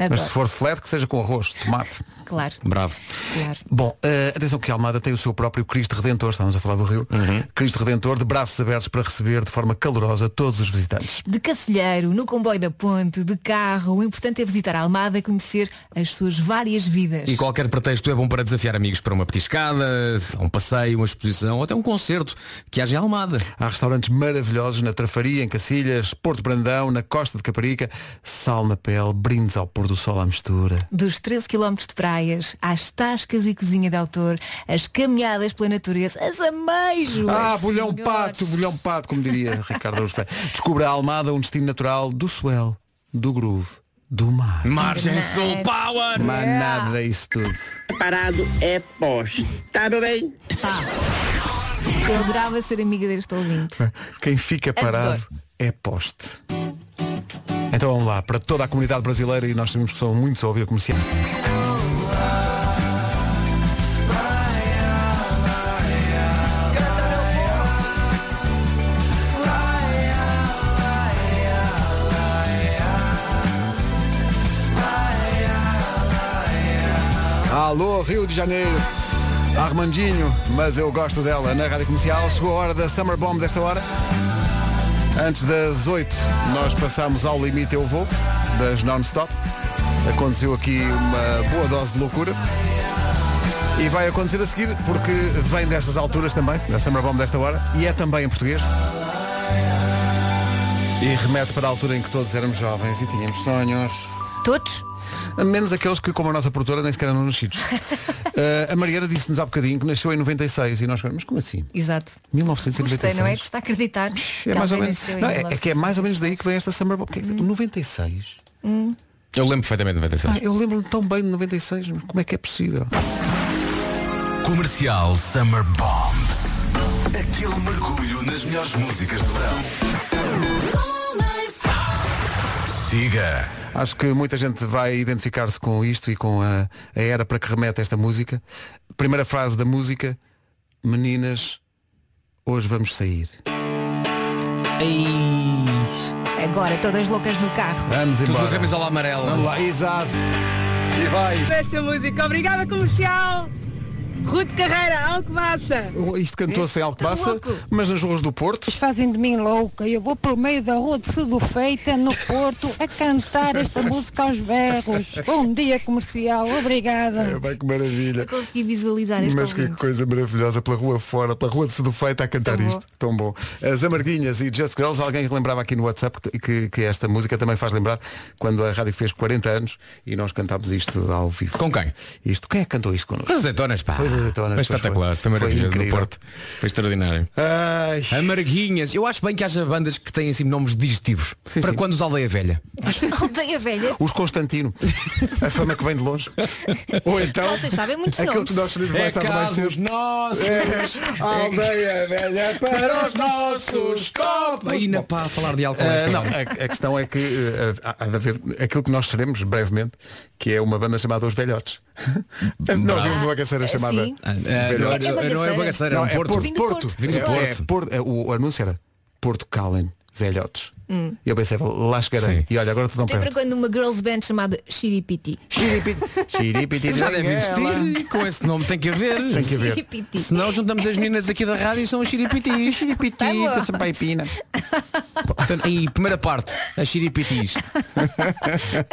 S2: Adoro.
S1: for flat, que seja com arroz, tomate.
S2: Claro,
S8: Bravo.
S2: claro.
S1: Bom, eh, atenção que a Almada tem o seu próprio Cristo Redentor, estamos a falar do Rio. Cristo Redentor de braços abertos para receber de forma calorosa todos os visitantes.
S2: De Cacilheiro, no comboio da ponte, de carro, o importante é visitar a Almada e conhecer as suas várias vidas.
S8: E qualquer pretexto é bom para desafiar amigos para uma petiscada, um passeio, uma exposição ou até um concerto que haja em Almada.
S1: Há restaurantes maravilhosos na Trafaria, em Cacilhas, Porto Brandão, na Costa de Caparica, sal na pele, brindes ao pôr do sol à mistura.
S2: Dos 13 km de praias, às tascas e cozinha de autor, as caminhadas pela natureza, as ameijoas.
S1: Ah, bolhão
S2: senhores.
S1: pato, bolhão pato, como diria Ricardo Araújo Pereira. Descubra a Almada, um destino natural do swell, do groove, do mar.
S8: Margem Sul Power!
S1: Manada isso tudo.
S18: Parado é pós. Está bem?
S2: Eu adorava ser amiga deste ouvinte.
S1: Quem fica parado
S2: Adoro.
S1: é poste. Então vamos lá, para toda a comunidade brasileira e nós sabemos que são muitos a ouvir o comercial. Alô, Rio de Janeiro. Armandinho, mas eu gosto dela na Rádio Comercial. Chegou a hora da Summer Bomb desta hora. Antes das 8, nós passamos ao limite eu vou, das non-stop. Aconteceu aqui uma boa dose de loucura. E vai acontecer a seguir, porque vem dessas alturas também, da Summer Bomb desta hora, e é também em português. E remete para a altura em que todos éramos jovens e tínhamos sonhos.
S2: Todos?
S1: Menos aqueles que, como a nossa produtora, nem sequer eram nascidos. Eh, a Mariana disse-nos há bocadinho que nasceu em 96 e nós ficamos, mas como assim?
S2: Exato. Custa,
S1: 1996.
S2: não é? Custa acreditar.
S1: É,
S2: que
S1: mais ou
S2: alguém
S1: menos,
S2: nasceu em
S1: não, é, é que é
S2: 1900.
S1: mais ou menos daí que vem esta Summer Bomb. Porque é que- 96?
S2: Hum.
S8: Eu lembro perfeitamente de 96.
S1: Ah, eu lembro-me tão bem de 96, mas como é que é possível?
S5: Comercial Summer Bombs. Aquele mergulho nas melhores músicas de verão. Siga.
S1: Acho que muita gente vai identificar-se com isto e com a, a era para que remete esta música. Primeira frase da música, meninas, hoje vamos sair.
S2: Agora, todas loucas no carro.
S1: Vamos
S8: Tudo
S1: embora.
S8: com a camisola amarela.
S1: Vamos lá, exato. E vai.
S11: Esta música, obrigada comercial. Ruth Carreira, Alcobaça.
S1: Isto cantou-se em Alcobaça,
S11: louco.
S1: mas nas ruas do Porto.
S19: Fazem de mim louca, eu vou pelo meio da rua de Sudofeita, no Porto, a cantar esta música aos berros. Bom dia comercial, obrigada.
S1: Bem, É, que maravilha.
S2: Consegui visualizar este
S1: Mas que
S2: ouvinte.
S1: coisa maravilhosa pela rua fora, pela rua de Sedufeita a cantar
S2: Tão bom.
S1: isto. Tão bom. As Amarguinhas e Just Girls, alguém que lembrava aqui no WhatsApp que, que- que esta música também faz lembrar quando a rádio fez 40 anos e nós cantámos isto ao vivo. Com
S8: quem?
S1: Isto, quem é que cantou isto connosco?
S8: Com as azeitonas, pá.
S1: Foi as azeitonas.
S8: Foi
S1: pois
S8: espetacular, foi, maravilhoso no
S1: incrível.
S8: Porto. Foi extraordinário. Amarguinhas. Eu acho bem que haja bandas que têm assim nomes digestivos. para
S1: sim.
S8: quando os aldeia velha.
S2: Aldeia velha.
S1: Os Constantino. a fama que vem de longe. Ou então.
S2: Vocês sabem muitos
S1: aquele
S2: nomes.
S1: que nós sabemos mais tarde ou mais cedo. É, aldeia velha para os nossos copos.
S8: Aí na pá a falar de álcool.
S1: Ah, não, a, a questão é que eh, há há de haver aquilo que nós seremos brevemente, que é uma banda chamada Os Velhotes. nós vimos uma canseira chamada
S8: sim. Ah, eh,
S1: Velhotes.
S8: não é- não é bagaceira,
S1: Não,
S8: é um Porto.
S1: Porto.
S8: Vim do Porto. Vim do
S1: É,
S8: Porto.
S1: é Porto. É, o, o anúncio era Porto Calen, Velhotes.
S2: Hum.
S1: E eu pensei, lá chegarei. E olha, agora estou tão
S2: Sempre
S1: perto.
S2: quando uma girls band chamada Chiripiti.
S1: Chiripiti. Chiripiti
S8: Já
S1: de
S8: deve
S1: Benguela.
S8: existir. Com esse nome tem que haver.
S1: Tem que haver.
S2: Chiripiti.
S8: Senão juntamos as meninas aqui da rádio e são os chiripitis. Chiripiti,
S2: Tá bom. com
S1: sampaipina.
S8: Portanto, aí, primeira parte, as chiripitis.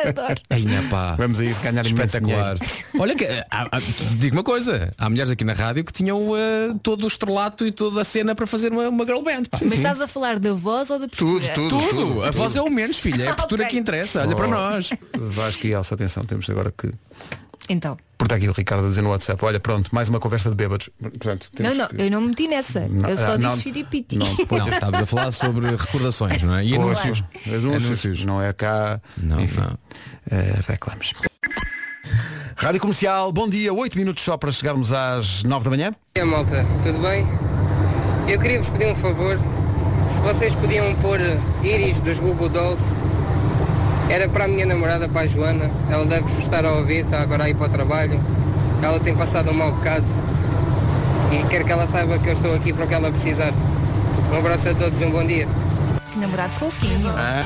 S2: Adoro.
S8: Ainha, pá.
S1: Vamos a isso ganhar imenso
S8: Espetacular. Olha, que, eh, há- há- te digo uma coisa, há mulheres aqui na rádio que tinham eh, todo o estrelato e toda a cena para fazer uma, uma girl band. pá.
S2: Mas estás a falar da voz ou da postura?
S8: É. Tudo, a voz é o menos, filha. É a postura
S2: Ok.
S8: que interessa. Olha para
S1: Oh,
S8: nós.
S1: Vasco e Elsa, atenção, temos agora que.
S2: Então.
S1: Porque está aqui o Ricardo a dizer no WhatsApp, olha pronto, mais uma conversa de bêbados. Portanto, temos
S2: Não, não,
S1: que-
S2: eu não me meti nessa.
S1: Não,
S2: eu só
S1: ah, não,
S2: disse Chiripiti.
S1: não, pois,
S8: Não, estávamos a falar sobre recordações, não é? E
S1: Pois,
S8: anúncios.
S1: Anúncios. Não é cá. Não, Enfim, eh, reclames. Rádio Comercial, bom dia. 8 minutos só para chegarmos às 9 da manhã.
S20: E a malta, tudo bem? Eu queria vos pedir um favor. Se vocês podiam pôr íris dos Google Dolls, era para a minha namorada, para a Joana. Ela deve estar a ouvir, está agora aí para o trabalho. Ela tem passado um mau bocado e quero que ela saiba que eu estou aqui para o que ela precisar. Um abraço a todos e um bom dia.
S2: Que namorado fofinho.
S1: Ah.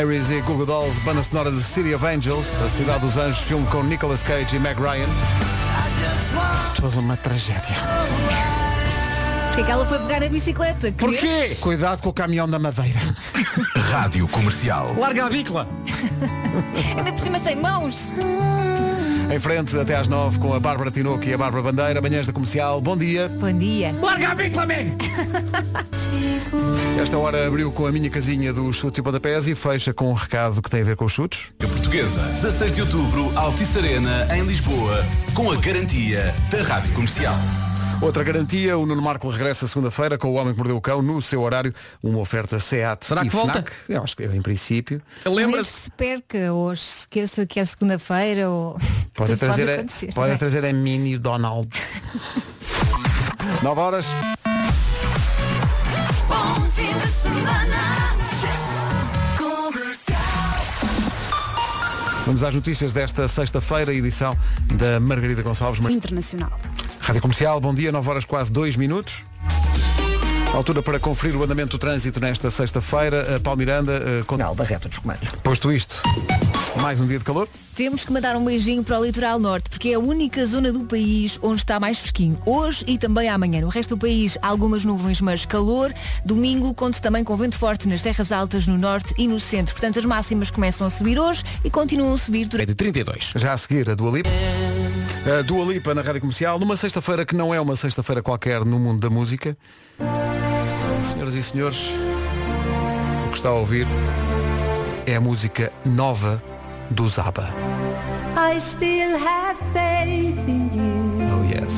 S1: Iris e Google Dolls, banda sonora de City of Angels, A Cidade dos Anjos, filme com Nicolas Cage e Meg Ryan. Toda uma tragédia.
S2: Porquê que ela foi pegar a bicicleta? Querer?
S1: Cuidado com o caminhão da madeira. Rádio Comercial.
S8: Larga a bicla.
S2: Ainda por cima sem mãos.
S1: Em frente até às 9 com a Bárbara Tinoco e a Bárbara Bandeira, manhãs da comercial. Bom dia.
S2: Bom dia.
S8: Larga a bicla, man!
S1: Esta hora abriu com a minha casinha dos chutes e pontapés e fecha com um recado que tem a ver com os chutes.
S5: Portuguesa, 16 de outubro, Altice Arena, em Lisboa, com a garantia da Rádio Comercial.
S1: Outra garantia, o Nuno Marco regressa segunda-feira com o Homem que Mordeu o Cão, no seu horário, uma oferta SEAT
S8: Será
S1: e
S8: que volta?
S1: FNAC. Eu acho que em princípio.
S2: Lembra-se. se perca ou se esqueça que é segunda-feira ou.
S1: Pode
S2: Tudo
S1: trazer,
S2: pode
S1: a-
S2: acontecer,
S1: pode
S2: não é?
S1: trazer a Mini Donald. 9 horas. Vamos às notícias desta sexta-feira, edição da Margarida Gonçalves. Mar-
S17: Internacional.
S1: Rádio Comercial, bom dia, 9 horas quase 2 minutos. Altura para conferir o andamento do trânsito nesta sexta-feira. A eh, Palmiranda, com...
S3: da reta dos comandos.
S1: Posto isto, mais um dia de calor.
S2: Temos que mandar um beijinho para o litoral norte, porque é a única zona do país onde está mais fresquinho. Hoje e também amanhã. No resto do país, algumas nuvens, mas calor. Domingo, conta também com vento forte nas terras altas, no norte e no centro. Portanto, as máximas começam a subir hoje e continuam a subir
S8: é
S2: durante...
S1: de 32. Já a seguir, a Dua Lipa. A Dua Lipa na Rádio Comercial, numa sexta-feira que não é uma sexta-feira qualquer no mundo da música. Senhoras e senhores, o que está a ouvir é a música nova do Zaba.
S7: I still have faith in you.
S1: Oh yes.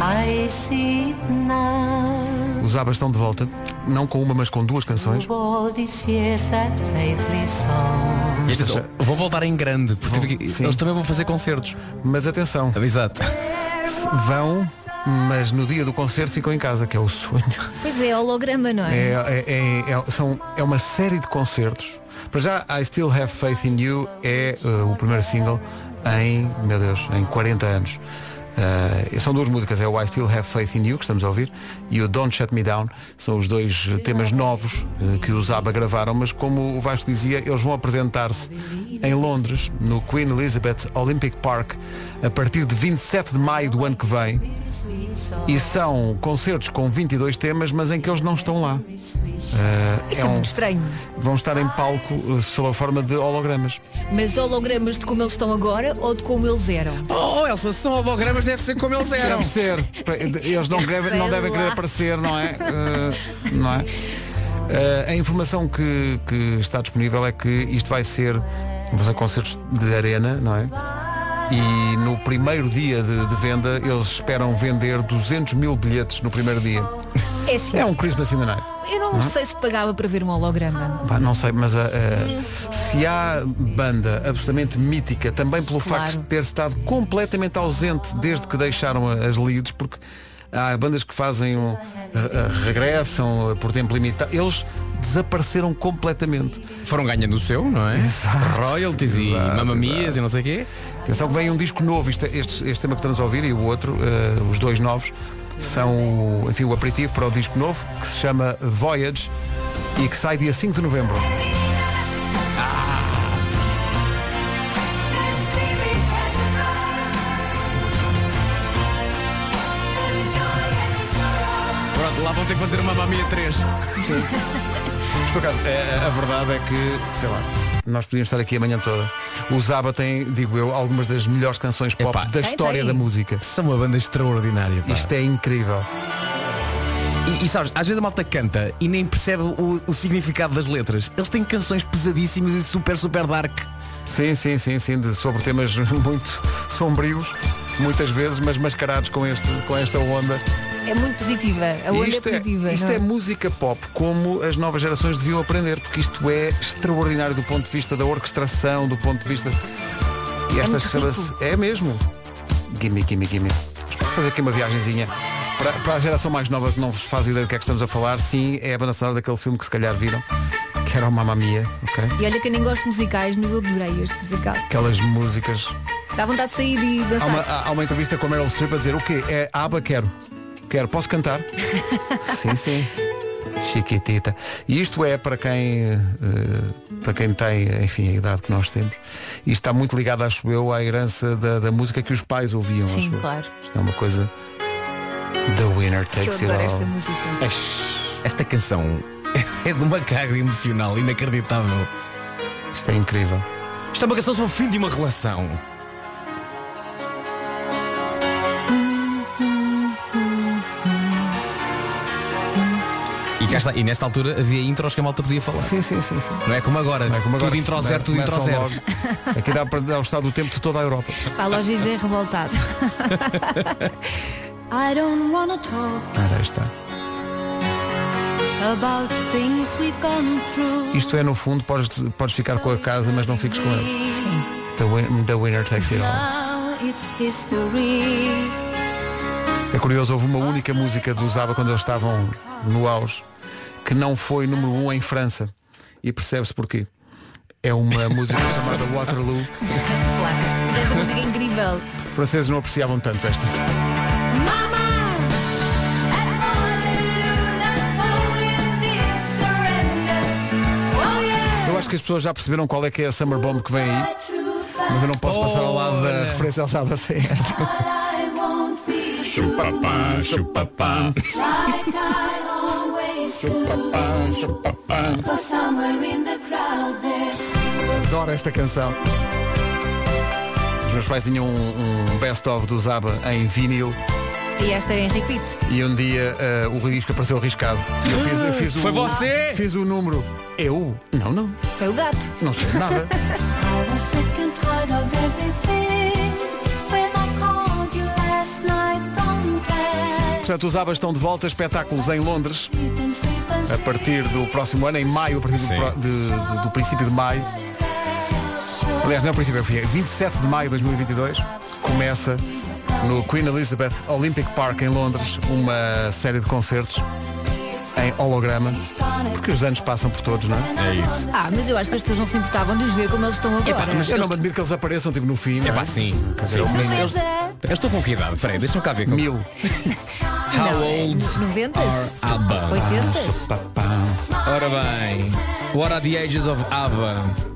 S7: I see it now.
S1: Os Abas estão de volta, não com uma, mas com duas canções.
S7: Oh, this year's that faithful song.
S8: E é atenção, vão voltar em grande, porque tive que- eles também vão fazer concertos.
S1: Mas atenção.
S8: Exato.
S1: Vão, mas no dia do concerto ficam em casa, que é o sonho.
S2: Pois é, holograma, não é?
S1: É, é- é- é- são, é uma série de concertos. Para já, I Still Have Faith in You é uh, o primeiro single em, meu Deus, em 40 anos. Uh, são duas músicas, é o I Still Have Faith in You, que estamos a ouvir, e o Don't Shut Me Down, são os dois uh, temas novos uh, que os ABBA gravaram, mas como o Vasco dizia, eles vão apresentar-se em Londres, no Queen Elizabeth Olympic Park, a partir de 27 de maio do ano que vem, e são concertos com 22 temas, mas em que eles não estão lá. Ah,
S2: Isso
S1: é
S2: é
S1: um-
S2: muito estranho.
S1: Vão estar em palco eh, sob a forma de hologramas.
S2: Mas hologramas de como eles estão agora ou de como eles eram?
S8: Oh, Elsa, são hologramas, deve ser como eles eram.
S1: Deve ser. eh, Eles não, devem- não
S2: Sei
S1: devem querer
S2: lá.
S1: aparecer, não é? Eh, não é? Eh, a informação que, que está disponível é que isto vai ser, vão ser concertos de arena, não é? E no primeiro dia de, de venda eles esperam vender 200 mil bilhetes no primeiro dia.
S2: É assim.
S1: É um Christmas in the night.
S2: Eu não,
S1: Não é?
S2: sei se pagava para ver um holograma.
S1: Pá, não sei, mas a- a- se há banda absolutamente mítica, também pelo
S2: Claro.
S1: facto de ter estado completamente ausente desde que deixaram a- as leads, porque há bandas que fazem um. a- a- regressam uh, por tempo limitado. Eles desapareceram completamente.
S8: Foram ganhando o seu, não é? Royalties e mamamias e não sei o quê.
S1: Atenção que vem um disco novo, este, este, este tema que estamos a ouvir e o outro, eh, os dois novos, são o- enfim, o aperitivo para o disco novo, que se chama Voyage e que sai dia 5 de novembro.
S8: Pronto, lá vão ter que fazer uma mamia 3.
S1: Mas, por acaso, a, a- a verdade é que, sei lá, nós podíamos estar aqui amanhã toda. O Zaba tem, digo eu, algumas das melhores canções pop da história da música.
S8: São uma banda extraordinária. pá.
S1: Isto é incrível.
S8: é- E, e sabes, às vezes a malta canta e nem percebe o, o significado das letras. Eles têm canções pesadíssimas e super, super dark.
S1: Sim, sim, sim, sim, de- sobre temas muito sombrios, muitas vezes, mas mascarados com, este, com esta onda
S2: É muito positiva. A
S1: E
S2: onda
S1: isto
S2: é
S1: é,
S2: positiva.
S1: isto
S2: não
S1: é música pop, como as novas gerações deviam aprender, porque isto é extraordinário do ponto de vista da orquestração, do ponto de vista. E
S7: É
S1: esta
S7: muito rico.
S1: chama-se- É mesmo. Gimme, gimme, gimme. Vamos fazer aqui uma viagenzinha. Para, para a geração mais nova que não vos faz ideia do que é que estamos a falar, sim, é a banda sonora daquele filme que se calhar viram, que era o Mamma Mia, ok?
S2: E olha que eu nem gosto de musicais, mas eu adorei este musical.
S1: Aquelas músicas.
S2: Dá vontade de sair e
S1: Há
S2: dançar.
S1: uma, há- há uma entrevista com a Meryl Streep a dizer o quê? É aba quero. Quero, posso cantar? sim, sim. Chiquitita. E isto é para quem eh, para quem tem, enfim, a idade que nós temos. Isto está muito ligado, acho eu, à herança da, da música que os pais ouviam.
S2: Sim,
S1: acho eu.
S2: claro.
S1: Isto é uma coisa. The winner
S2: Eu
S1: takes it all.
S2: adoro esta
S1: É.
S2: música.
S8: Esta canção é de uma carga emocional inacreditável.
S1: Isto é incrível.
S8: Isto é uma canção sobre o fim de uma relação. E, cá está, e nesta altura havia intros que a malta podia falar.
S1: Sim, sim, sim. sim.
S8: Não é como agora. tudo
S1: agora
S8: intro
S1: come-
S8: zero, tudo intro
S1: começam
S8: zero.
S1: logo. Aqui dá para dar o estado do tempo de toda a Europa.
S2: Pá, loja já é revoltado.
S21: I don't wanna talk
S1: Ah, aí está.
S21: about things we've gone through.
S1: Isto é no fundo, podes, podes ficar com a casa, mas não fiques com ela. The, win- the winner takes it all.
S21: Now it's history.
S1: É curioso, houve uma única música do Zaba quando eles estavam no auge que não foi número um em França. E percebe-se porquê. É uma música chamada Waterloo.
S2: claro. Mas esta música é incrível.
S1: Os franceses não apreciavam tanto esta. Eu acho que as pessoas já perceberam qual é que é a Summer Bomb que vem aí. Mas eu não posso passar ao lado da referência ao Zaba sem esta.
S7: Chupapá, chupapá. Chupapá, chupapá.
S1: Adoro esta canção. Os meus pais tinham um, um best-of do Zaba em vinil
S2: E esta é em repeat.
S1: e um dia eh, o disco apareceu arriscado. E eu fiz, eu fiz o,
S7: Foi você?
S1: Fiz o número. Eu? Não, não.
S2: Foi o gato.
S1: Não sei nada.
S21: I was sick and tired of everything when I called you last night from bed.
S1: Portanto, os Abas estão de volta, espetáculos em Londres,
S21: You've been sweet and
S1: a partir do próximo ano, em maio, a partir do, pro- de- do- do princípio de maio. Aliás, não é o princípio, é 27 de maio de 2022, começa no Queen Elizabeth Olympic Park, em Londres, uma série de concertos em holograma, porque os anos passam por todos, não é? É isso.
S2: Ah, mas eu acho que as pessoas não se importavam de os ver como eles estão agora.
S1: eu não me admiro que eles apareçam tipo no fim. É pá,
S8: sim.
S2: Mas é-
S8: Eu estou com que idade? Peraí, deixa-me cá ver.
S1: Mil.
S8: How old?
S2: No- 90s?
S8: ABBA.
S1: Ah,
S2: 80s?
S8: Ora bem, what are the ages of ABBA?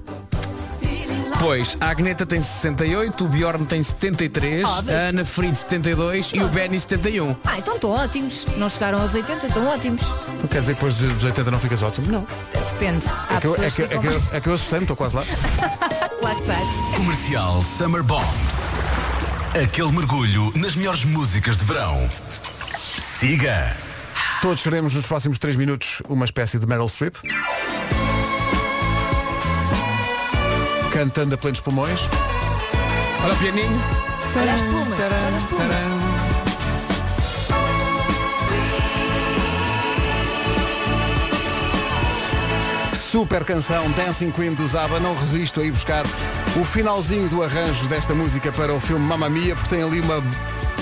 S8: Pois, a Agneta tem 68, o Bjorn tem 73,
S2: Ah, vês?
S8: a Ana Fried 72 e um. o Benny 71.
S2: Ah, então estão ótimos. Não chegaram aos 80, estão ótimos.
S1: Tu quer dizer que depois dos 80 não ficas ótimo? Não.
S2: Depende. Há
S1: É que eu, é
S2: pessoas
S1: que,
S2: que
S1: é
S2: ficam
S1: que eu-
S2: mais-
S1: é que eu assustei-me, estou quase lá.
S2: Lá que estás.
S5: Comercial Summer Bombs. Aquele mergulho nas melhores músicas de verão. Siga.
S1: Todos seremos nos próximos 3 minutos uma espécie de Meryl Streep. Cantando a plenos pulmões.
S8: Olha o pianinho.
S2: Olha as plumas. Olha as plumas.
S1: Super canção Dancing Queen do Zaba. Não resisto a ir buscar o finalzinho do arranjo desta música para o filme Mamma Mia, porque tem ali uma,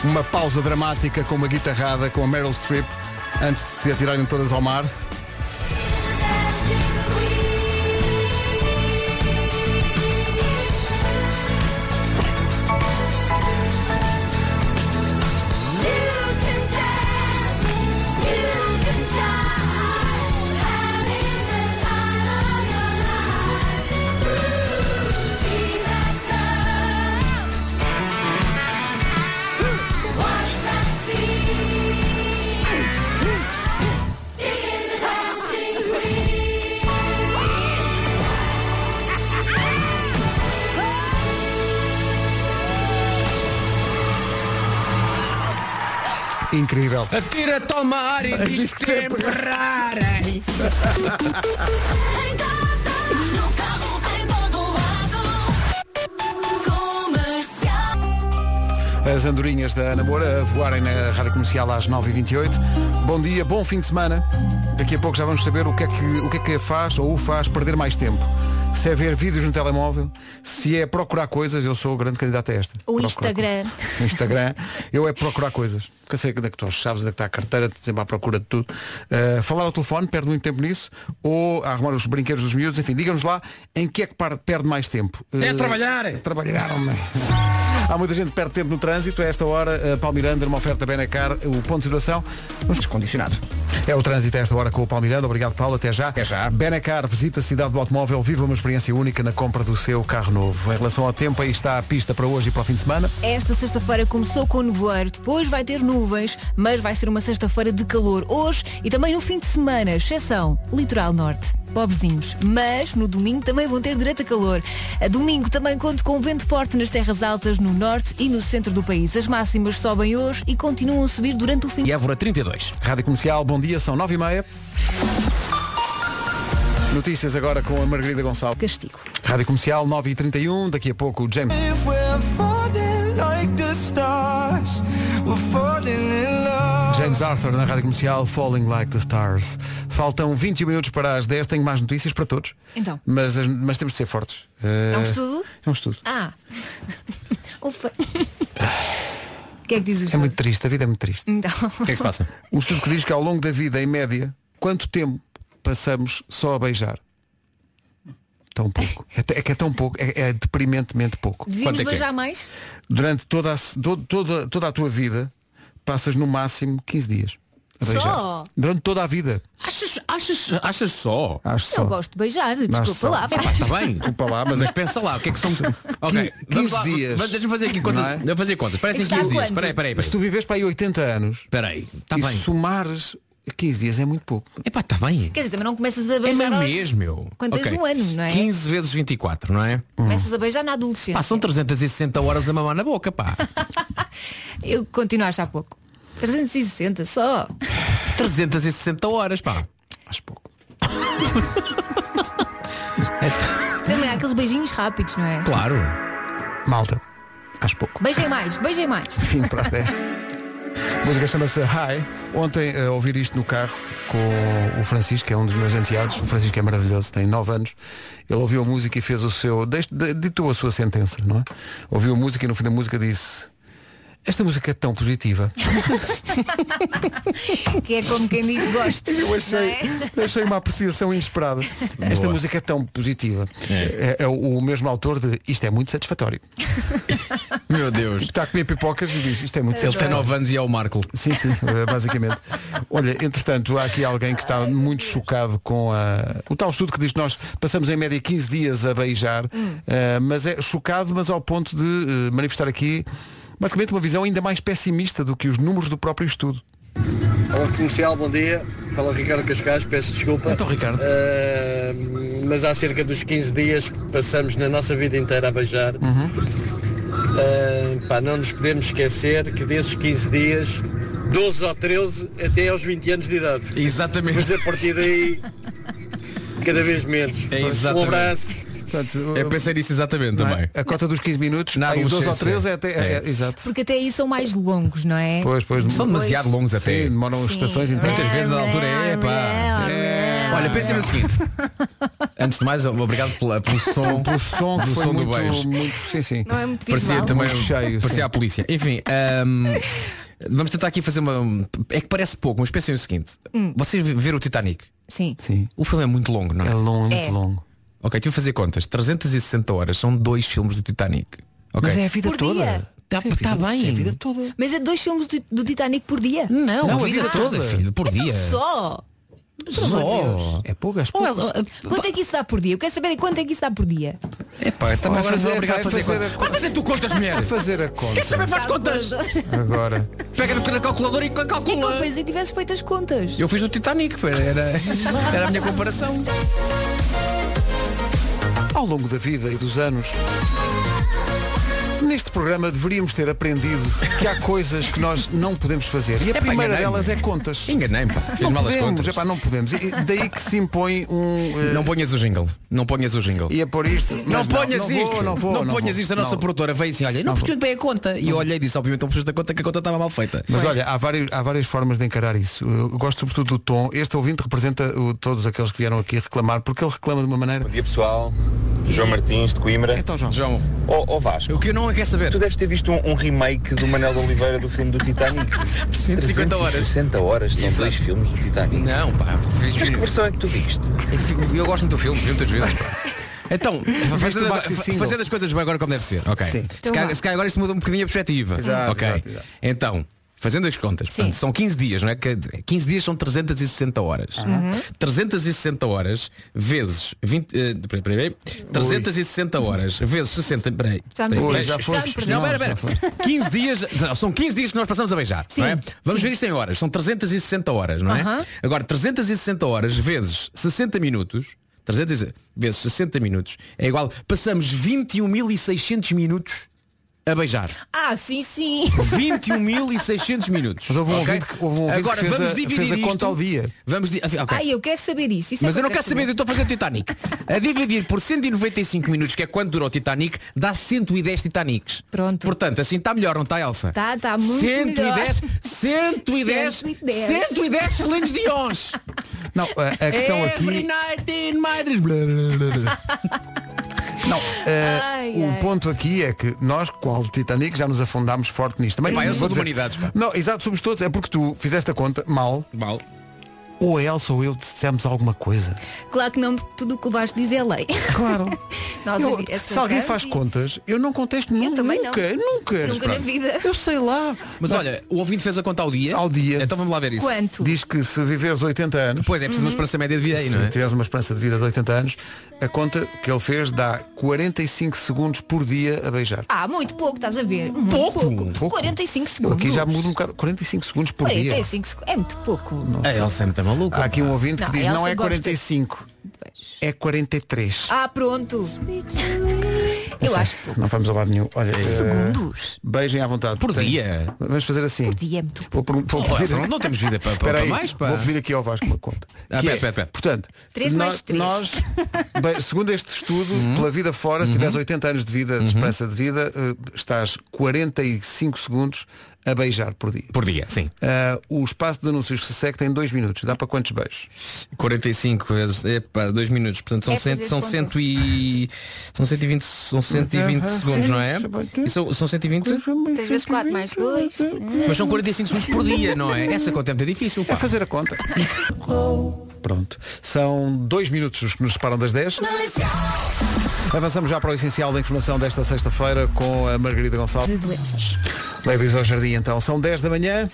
S1: uma pausa dramática com uma guitarrada com a Meryl Streep antes de se atirarem todas ao mar. Incrível.
S8: Atira, toma ar e diz que temporarei.
S1: as andorinhas da Ana Moura a voarem na rádio comercial às 9h28. Bom dia, bom fim de semana. Daqui a pouco já vamos saber o que é que, o que, é que faz ou o faz perder mais tempo. Se é ver vídeos no telemóvel, se é procurar coisas, eu sou o grande candidato a esta.
S2: O
S1: Procurar
S2: Instagram.
S1: no Instagram. Eu é procurar coisas. Porque eu sei onde é que estão as chaves, onde é que está a carteira, estou sempre à procura de tudo. Uh, falar ao telefone, perde muito tempo nisso. Ou arrumar os brinquedos dos miúdos, enfim, digam-nos lá em que é que par- perde mais tempo.
S7: É
S1: Uh,
S7: trabalhar.
S1: Trabalhar, homem. Há muita gente que perde tempo no trânsito. A esta hora, a Palmiranda, numa oferta Benacar, o ponto de situação. Vamos
S3: descondicionado.
S1: É o trânsito a esta hora com o Palmiranda. Obrigado, Paulo. Até já. Até já. Benacar visita a cidade do automóvel. Viva uma experiência única na compra do seu carro novo. Em relação ao tempo, aí está a pista para hoje e para o fim de semana.
S2: Esta sexta-feira começou com nevoeiro, depois vai ter nuvens, mas vai ser uma sexta-feira de calor hoje e também no fim de semana, exceção litoral norte. Pobrezinhos. Mas no domingo também vão ter direito a calor. A domingo também conto com vento forte nas terras altas, no norte e no centro do país. As máximas sobem hoje e continuam a subir durante o fim.
S1: E Évora 32. Rádio Comercial, bom dia, são 9 e meia. Notícias agora com a Margarida Gonçalves.
S2: Castigo.
S1: Rádio Comercial 9 e 31, daqui a pouco o James.
S7: If we're falling like the stars, we're falling in love.
S1: James Arthur na Rádio Comercial Falling Like the Stars. Faltam 21 minutos para as 10, tenho mais notícias para todos.
S2: Então.
S1: Mas, as- mas temos de ser fortes.
S2: É um
S1: Eh,
S2: estudo?
S1: É um estudo.
S2: Ah! Ufa! O que é que dizes?
S1: É muito triste, a vida é muito triste.
S2: Então. Hum.
S1: Um estudo que diz que ao longo da vida, em média, quanto tempo passamos só a beijar? Tão pouco. É, t- é que é tão pouco, é, é deprimentemente pouco.
S2: Devíamos beijar mais?
S1: Durante toda a, se- do- toda, toda a tua vida, passas no máximo 15 dias. A beijar.
S2: Só?
S1: Durante toda a vida.
S8: Achas, achas, achas só?
S1: Acho só.
S2: Eu gosto de beijar,
S1: Acho só.
S2: desculpa lá.
S8: Epá, Está bem,
S1: Desculpa lá, mas
S8: mas, pensa lá, o que é que são Ok,
S1: 15
S8: vamos lá,
S1: dias.
S8: mas Deixa-me fazer aqui
S1: Não é?
S8: contas. Vou fazer contas. Parecem
S1: Isso dá
S8: 15 dias.
S1: quanto?
S8: Espera aí, espera aí,
S1: Se
S8: espera aí.
S1: tu vives para aí 80 anos
S8: Espera aí, está
S1: e
S8: tá bem.
S1: somares 15 dias é muito pouco.
S8: Epá, está bem.
S2: Quer dizer, também não começas a
S8: É
S2: beijar aos-
S8: mesmo, meu.
S2: Quando tens
S8: Ok.
S2: um ano, não é?
S8: 15 vezes 24, não é?
S2: Começas a beijar na adolescência.
S8: Pá, são 360 horas a mamar na boca, pá.
S2: Eu continuo a achar pouco. 360 só.
S8: 360 horas, pá.
S2: Também há aqueles beijinhos rápidos, não é?
S8: Claro.
S1: Malta, acho pouco.
S2: Beijem mais, beijem mais.
S1: Fim para as 10. A música chama-se High. Ontem a ouvir isto no carro com o Francisco, que é um dos meus enteados. O Francisco é maravilhoso, tem 9 anos. Ele ouviu a música e fez o seu. deix- de- ditou a sua sentença, não é? Ouviu a música e no fim da música disse. Esta música é tão positiva.
S2: que é como quem diz é? gosto.
S1: Eu achei,
S8: é?
S1: achei uma apreciação inesperada. Esta música é tão positiva. É, é o mesmo autor de Isto é muito satisfatório.
S8: Meu Deus.
S1: Está a comer pipocas e diz Isto é muito
S8: Ele tem
S1: satisfatório.
S8: 9 anos e é o Marco.
S1: Sim, sim, eh, basicamente. Olha, entretanto, há aqui alguém que está muito chocado com a- o tal estudo que diz que nós passamos em média 15 dias a beijar,
S2: Hum.
S1: eh, mas é chocado, mas ao ponto de eh, manifestar aqui basicamente uma visão ainda mais pessimista do que os números do próprio estudo.
S6: Olá, comercial, bom dia. Fala Ricardo Cascais, peço desculpa.
S1: Então, Ricardo.
S6: mas há cerca dos 15 dias que passamos na nossa vida inteira a beijar.
S8: Uhum.
S6: Ah, pá, não nos podemos esquecer que desses 15 dias, 12 ou 13 até aos 20 anos de idade.
S8: Exatamente.
S6: Mas a partir daí, cada vez menos.
S8: É
S6: Um
S8: exatamente.
S6: abraço.
S1: É
S8: Eu pensei nisso exatamente
S1: Não é?
S8: também.
S1: A cota dos 15 minutos,
S8: na
S1: aí os 12 ou
S8: adolescência.
S1: 13 é até. é- é- exato.
S2: Porque até aí são mais longos, não é?
S1: Pois, pois,
S8: São demasiado longos até.
S1: Sim, demoram estações inteiras.
S8: Muitas vezes na altura é, pá. É. Olha, pensem no seguinte. Antes de mais, obrigado pela- pelo som,
S1: Pelo som que
S8: pelo
S1: foi
S8: som do
S1: muito,
S8: beijo.
S1: muito- Sim, sim.
S2: Não é muito
S8: Parecia
S2: visual.
S8: também
S1: Muito cheio,
S8: parecia
S1: sim.
S8: a polícia. Enfim, ahm, vamos tentar aqui fazer uma. É que parece pouco, mas pensem o seguinte.
S2: Hum.
S8: Vocês vi- viram o Titanic?
S2: Sim.
S8: O filme é muito longo, não é? É
S1: longo,
S2: é É. muito
S1: longo.
S8: Ok, tive a fazer contas. 360 horas são dois filmes do Titanic. ok
S1: Mas é a vida Por é toda. dia.
S8: Tá, tá bem.
S2: Mas é dois filmes do, do Titanic por dia?
S8: Não, a
S2: Ah,
S8: vida toda, filho, por
S2: então
S8: dia.
S2: Só. Por amor de Deus.
S1: É pouco, acho
S2: Ou ela- Quanto é que isso dá por dia? Eu quero saber quanto é que isso dá por dia.
S8: Epá, então
S1: Vai
S8: agora
S1: fazer-
S8: sou obrigado a
S1: vai
S8: fazer,
S1: fazer
S8: contas.
S1: a
S8: Vai fazer tu contas, mulher!
S1: Vai fazer a conta.
S8: Quer saber, faz contas!
S1: Agora.
S8: Pega na calculadora e
S2: E
S8: calcula!
S2: depois Então, e tivesse feito as contas.
S8: Eu fiz o Titanic, foi, era, era a minha comparação.
S1: Ao longo da vida e dos anos, Neste programa deveríamos ter aprendido que há coisas que nós não podemos fazer. E a
S8: Epá,
S1: primeira
S8: enganei-me.
S1: delas é contas.
S8: Enganei-me, pá. Fiz
S1: Não
S8: mal as
S1: podemos,
S8: contas.
S1: epá, não podemos. E daí que se impõe um... eh,
S8: Não ponhas o jingle. Não ponhas o jingle.
S1: Ia pôr isto. mas
S8: Não ponhas
S1: não vou,
S8: isto.
S1: não vou, não
S8: ponhas
S1: vou.
S8: isto. A nossa
S1: Não.
S8: produtora veio assim, olha, não,
S1: Não
S8: percebi bem a conta. E eu olhei e disse, obviamente, não percebi da conta que a conta estava mal feita.
S1: Mas olha, há, vários- há várias formas de encarar isso. Eu gosto sobretudo do tom. Este ouvinte representa o- todos aqueles que vieram aqui reclamar, porque ele reclama de uma maneira.
S9: Bom dia pessoal, João Martins de Coimbra.
S1: Então João.
S8: João.
S9: Ó oh, Vasco.
S8: O que eu não quero saber.
S9: Tu deves ter visto um, um remake do Manel de Oliveira do filme do Titanic.
S8: 150 horas.
S9: 60 horas, são
S8: Exato.
S9: dois filmes do Titanic.
S8: Não, pá. Mas
S9: que versão é que tu viste?
S8: Eu, gosto muito do filme, vi muitas vezes. pá. Então,
S9: o
S8: fazendo,
S9: maxi single.
S8: fazendo as coisas bem agora como deve ser. Ok.
S9: Sim.
S8: Se,
S9: Então
S8: calhar,
S9: vá.
S8: se calhar agora isto muda um bocadinho a perspectiva.
S9: Exato,
S8: ok.
S9: exato, exato.
S8: Então, fazendo as contas, portanto, são 15 dias, não é? Que- 15 dias são 360 horas.
S9: Uhum.
S8: 360 horas vezes 20. eh, peraí, peraí, peraí. 360 horas vezes 60. Peraí.
S2: Já me
S8: peraí,
S2: perdeste.
S8: peraí.
S2: Já me perdeste.
S8: Não, pera, pera. 15 dias, não, são 15 dias que nós passamos a beijar.
S2: Sim,
S8: não é? Vamos
S2: sim.
S8: ver isto em horas. São 360 horas, não é?
S2: Aham.
S8: Agora, 360 horas vezes 60 minutos, 300 vezes 60 minutos, é igual, passamos 21.600 minutos a beijar.
S2: Ah, sim, sim.
S8: 21.600 minutos.
S1: Mas houve um
S8: ok?
S1: ouvinte que- houve um ouvinte
S8: Agora
S1: que fez
S8: vamos
S1: a-
S8: dividir
S1: fez a
S8: isto.
S1: conta ao dia. é
S8: Vamos di- ok.
S2: Ai, eu quero saber isso. isso é
S8: Mas
S2: que
S8: eu não quero saber, eu estou a fazer o Titanic. A dividir por 195 minutos, que é quando durou o Titanic, dá 110 Titanics.
S2: Pronto.
S8: Portanto, assim está melhor, não está, Elsa?
S2: Tá, tá muito
S8: 110, 110,
S2: 110.
S8: 110 selinhos de ons.
S1: Não, a, a questão
S8: Every
S1: aqui.
S8: night in my...
S1: Não, eh,
S8: Ai,
S1: o
S8: ai.
S1: ponto aqui é que nós, qual Titanic, já nos afundámos forte nisto. Também
S8: Pá, eu
S1: vou
S8: sou de
S1: dizer-
S8: humanidades, pá.
S1: Não, exato, somos todos. É porque tu fizeste a conta mal.
S8: Mal.
S1: Ou a Elsa ou eu dissemos alguma coisa.
S2: Claro que não, porque tudo o que vais dizer é lei.
S1: Claro.
S2: Nós é
S1: Eu-
S2: aceitamos
S1: se alguém faz
S2: e-
S1: contas, eu não contesto nu-
S2: também não.
S1: nunca, nunca.
S2: Nunca na vida.
S1: Eu sei lá.
S8: Mas olha, o ouvinte fez a conta ao dia. Ao dia. Então vamos lá ver isso.
S2: Quanto?
S1: Diz que se viveres 80 anos.
S8: Pois é, preciso uma esperança média de vida aí,
S1: se
S8: não é?
S1: tiveres uma esperança de vida de 80 anos, a conta que ele fez dá 45 segundos por dia a beijar.
S2: Ah, muito pouco, estás a ver. Muito
S1: Pouco?
S2: pouco.
S1: Pouco.
S2: 45
S1: Eu
S2: segundos.
S1: aqui já mudo um bocado. 45 segundos por dia.
S2: 45 segundos. É muito pouco.
S8: A Elsa é muito maluca.
S1: Há aqui um ouvinte que
S2: Não,
S1: diz,
S2: a
S1: não
S2: Elsa
S1: é
S2: gosta.
S1: 45. É 43.
S2: Ah, pronto. Eu acho pouco.
S1: Não vamos a lado nenhum. Olha, eh,
S2: Segundos?
S1: Beijem à vontade. Por
S8: dia?
S1: Vamos fazer assim. Por
S2: dia é muito
S1: pouco. Vou,
S8: Oh, Elsa, não- não temos vida para- para-
S1: Espera aí,
S8: para mais, pá.
S1: Vou pedir aqui ao Vasco uma conta.
S8: Ah,
S1: Que
S8: pera,
S1: é,
S8: pera, pera.
S1: Portanto,
S2: Três
S1: nós,
S2: mais três.
S1: nós, bem, segundo este estudo,
S8: Uhum.
S1: pela vida fora, se tiveres 80 anos de vida, de esperança de vida, eh, estás 45 segundos a beijar por dia.
S8: Por dia, sim.
S1: Ah, o espaço de anúncios que se segue tem 2 minutos. Dá para quantos beijos?
S8: 45 vezes, epá, 2 minutos, portanto são,
S1: É fazer
S8: cento, são,
S1: as
S8: cento e, são 120, são 120 segundos, não é? E são, são 120?
S2: 3 vezes 4 mais 2.
S8: Mas são 45 segundos por dia, não é? Essa conta é muito difícil. Pá.
S1: É fazer a conta. Pronto. São dois minutos os que nos separam das 10. Avançamos já para o essencial da informação desta sexta-feira com a Margarida Gonçalves.
S2: doenças.
S1: Leve-os ao jardim então. São 10 da manhã.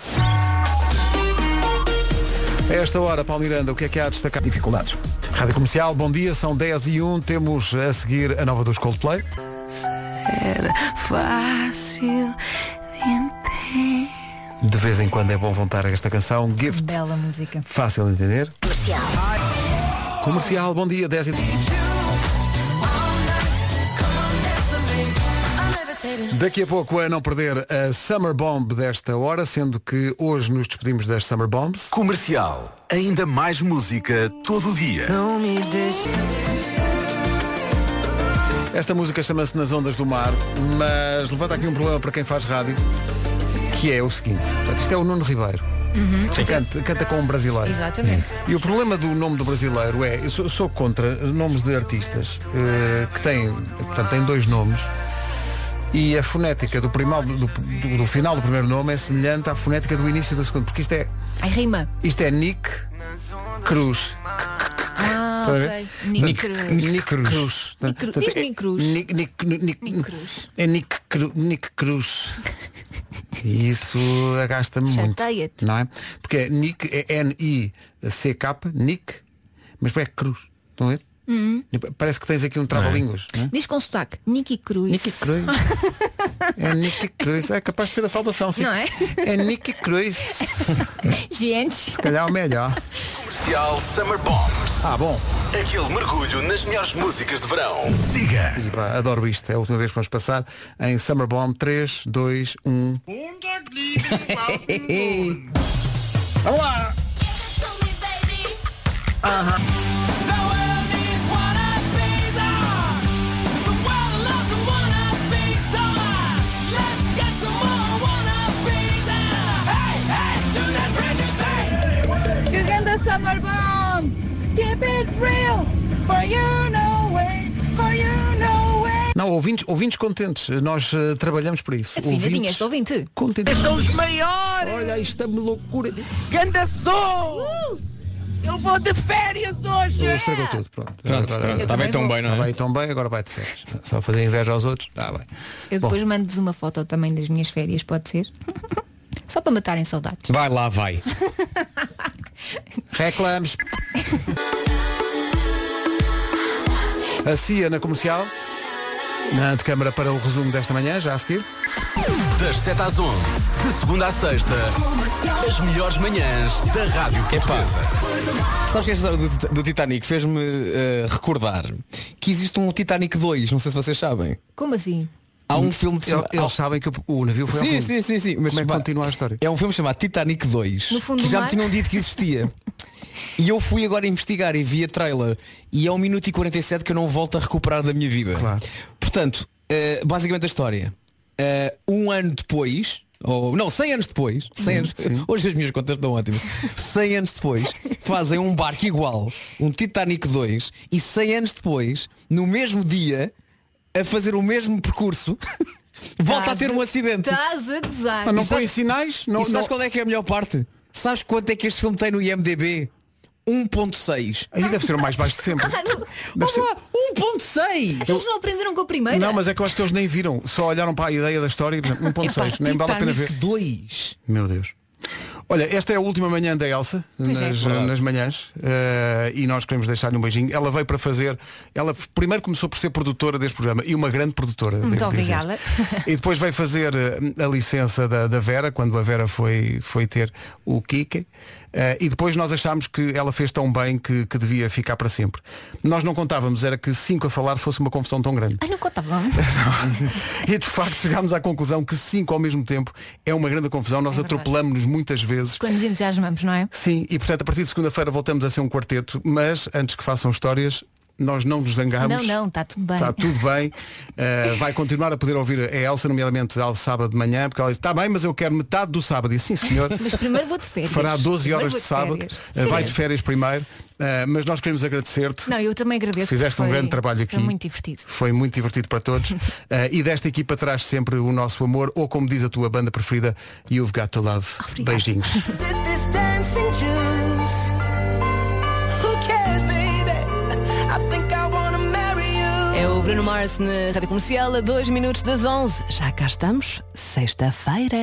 S1: A esta hora, Paulo Miranda, o que é que há a destacar? Dificuldades. Rádio Comercial, bom dia, são 10 e 1. Temos a seguir a nova dos Coldplay.
S22: Era fácil de entender.
S1: De vez em quando é bom voltar a esta canção. Gift.
S2: Bela música.
S1: Fácil de entender. Comercial. Comercial, bom dia, 10 e 10. Daqui a pouco a não perder a Summer Bomb desta hora, sendo que hoje nos despedimos das Summer Bombs.
S5: Comercial. Ainda mais música todo dia.
S1: Esta música chama-se Nas Ondas do Mar, mas levanta aqui um problema para quem faz rádio, que é o seguinte. Portanto, isto é o Nuno Ribeiro.
S2: Sim.
S1: Canta, canta com um brasileiro.
S2: Exatamente.
S1: E o problema do nome do brasileiro é, eu sou, sou contra nomes de artistas eh, que têm, portanto, têm dois nomes e a fonética do, primal, do, do- do final do primeiro nome é semelhante à fonética do início do segundo, porque isto é,
S2: Ai, rima.
S1: isto é Nick Cruz.
S2: Ah,
S1: Está a ver?
S2: ok.
S1: Nick, Nick Cruz.
S2: Nick Cruz. Diz Nick Cruz.
S1: Nick, Nick, Nick, É Nick, Cru, Nick Cruz. E isso agasta-me muito.
S2: Chateia-te.
S1: Não é? Porque é Nick, é N-I-C-K, Nick, mas é Cruz. Estão a ver?
S2: Uhum.
S1: Parece que tens aqui um trava-línguas. Hum. não é?
S2: Diz com sotaque. Nicky Cruz.
S1: Nicky Cruz. É Nick Cruz. É capaz de ser a salvação, sim.
S2: Não é?
S1: É Nick Cruz.
S2: Gente.
S1: Se calhar o melhor.
S5: Comercial Summer Bombs.
S1: Ah, bom.
S5: Aquele mergulho nas melhores músicas de verão. Siga.
S1: E pá, adoro isto. É a última vez que vamos passar em Summer Bomb 3, 2, 1. Vamos lá!
S10: Que ganda summer bomb! Keep it real! For you no way! For you no way!
S1: Não, ouvintes, ouvintes contentes. Nós eh, trabalhamos por isso.
S2: Afinadinha,
S1: Ouvintes
S2: este ouvinte.
S1: contentes.
S2: São os
S1: maiores! Olha, isto é uma loucura.
S10: Ganda som! Eu vou de férias hoje!
S1: Ele estragou tudo, pronto.
S8: Pronto,
S1: Agora-
S8: pronto. Eu Tá bem também tão vou. bem, não é?
S1: Tá bem tão bem, agora vai de férias. Só fazer inveja aos outros. Tá bem.
S2: Eu
S1: Bom.
S2: depois mando-vos uma foto também das minhas férias, pode ser? Só para matarem saudades.
S8: Vai lá, vai.
S1: Reclames. A CIA na comercial. Na antecâmara para o resumo desta manhã, já a seguir.
S5: Das 7 às 11, de segunda à sexta, as melhores manhãs da Rádio Portuguesa.
S8: Sabes que esta história do, do Titanic fez-me eh, recordar que existe um Titanic 2, não sei se vocês sabem.
S2: Como assim?
S8: Há um filme que se chama-
S1: Eles sabem que o, o navio foi ao
S8: Sim,
S1: fundo.
S8: sim, sim, sim. Mas
S1: Como é que
S8: pá,
S1: continua a história?
S8: É um filme chamado Titanic 2
S2: No fundo
S8: que
S2: do
S8: já
S2: mar?
S8: me tinham dito que existia. e eu fui agora investigar e vi a trailer e é 1 minuto e 47 que eu não volto a recuperar da minha vida. Portanto, eh, basicamente a história. eh, um ano depois, ou não, 100 anos depois, 100 anos, hoje as minhas contas estão ótimas, 100 anos depois fazem um barco igual, um Titanic 2, e 100 anos depois, no mesmo dia, a fazer o mesmo percurso, volta a ter um acidente.
S2: Estás a gozar.
S8: Mas não põe
S1: sinais?
S8: e sabes qual é que é a melhor parte? Sabes quanto é que este filme tem no IMDB? 1.6.
S1: Aí deve ser o mais baixo de sempre.
S2: Ah, não.
S1: Deve ser-
S8: 1.6!
S2: Então Eles não aprenderam com a primeira?
S1: Não, mas é que eu acho que eles nem viram. Só olharam para a ideia da história e portanto, 1.6.
S2: Epá,
S1: Nem vale a pena ver.
S2: Titanic
S8: 2.
S1: Meu Deus. Olha, esta é a última manhã da Elsa,
S8: Pois é.
S1: nas,
S8: Verdade.
S1: nas manhãs, eh, e nós queremos deixar-lhe um beijinho. Ela veio para fazer, ela primeiro começou por ser produtora deste programa e uma grande produtora.
S2: Muito
S1: devo dizer.
S2: obrigada.
S1: E depois veio fazer eh, a licença da, da Vera, quando a Vera foi, foi ter o Kike. Eh, e depois nós achámos que ela fez tão bem que, que devia ficar para sempre. Nós não contávamos, era que cinco a falar fosse uma confusão tão grande.
S2: Ai, Ah, não conta bom.
S1: E de facto chegámos à conclusão que cinco ao mesmo tempo é uma grande confusão. Nós
S2: É verdade.
S1: atropelamos-nos muitas vezes.
S2: Quando nos entusiasmamos, não é?
S1: Sim, e portanto a partir de segunda-feira voltamos a ser um quarteto, mas antes que façam histórias, nós não nos zangamos.
S2: Não, não, está tudo bem.
S1: Está Tá tudo bem. Uh, vai continuar a poder ouvir a Elsa, nomeadamente ao sábado de manhã, porque ela diz, está bem, mas eu quero metade do sábado. E eu, sim, senhor.
S2: Mas primeiro vou de férias.
S1: Fará 12
S2: Primeiro
S1: horas de
S2: vou
S1: sábado.
S2: férias.
S1: Uh, vai
S2: Sim.
S1: de férias primeiro. Uh, mas nós queremos agradecer-te.
S2: Não, eu também agradeço.
S1: Fizeste
S2: porque
S1: um
S2: foi-
S1: grande trabalho aqui.
S2: Foi muito divertido.
S1: Foi muito divertido para todos. Eh, e desta equipa traz sempre o nosso amor, ou como diz a tua banda preferida, You've Got to Love. Beijinhos.
S12: Did this dancing juice. Who cares, baby? I think I wanna marry you.
S23: É o Bruno Mars na Rádio Comercial a 2 minutos das 11. Já cá estamos, sexta-feira.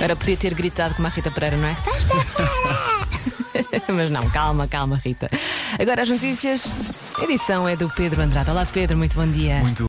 S23: Ora, podia ter gritado como a Rita Pereira, não é? Sexta-feira! Mas não, calma, calma, Rita. Agora as notícias. A edição é do Pedro Andrade. Olá, Pedro, muito bom dia.
S5: Muito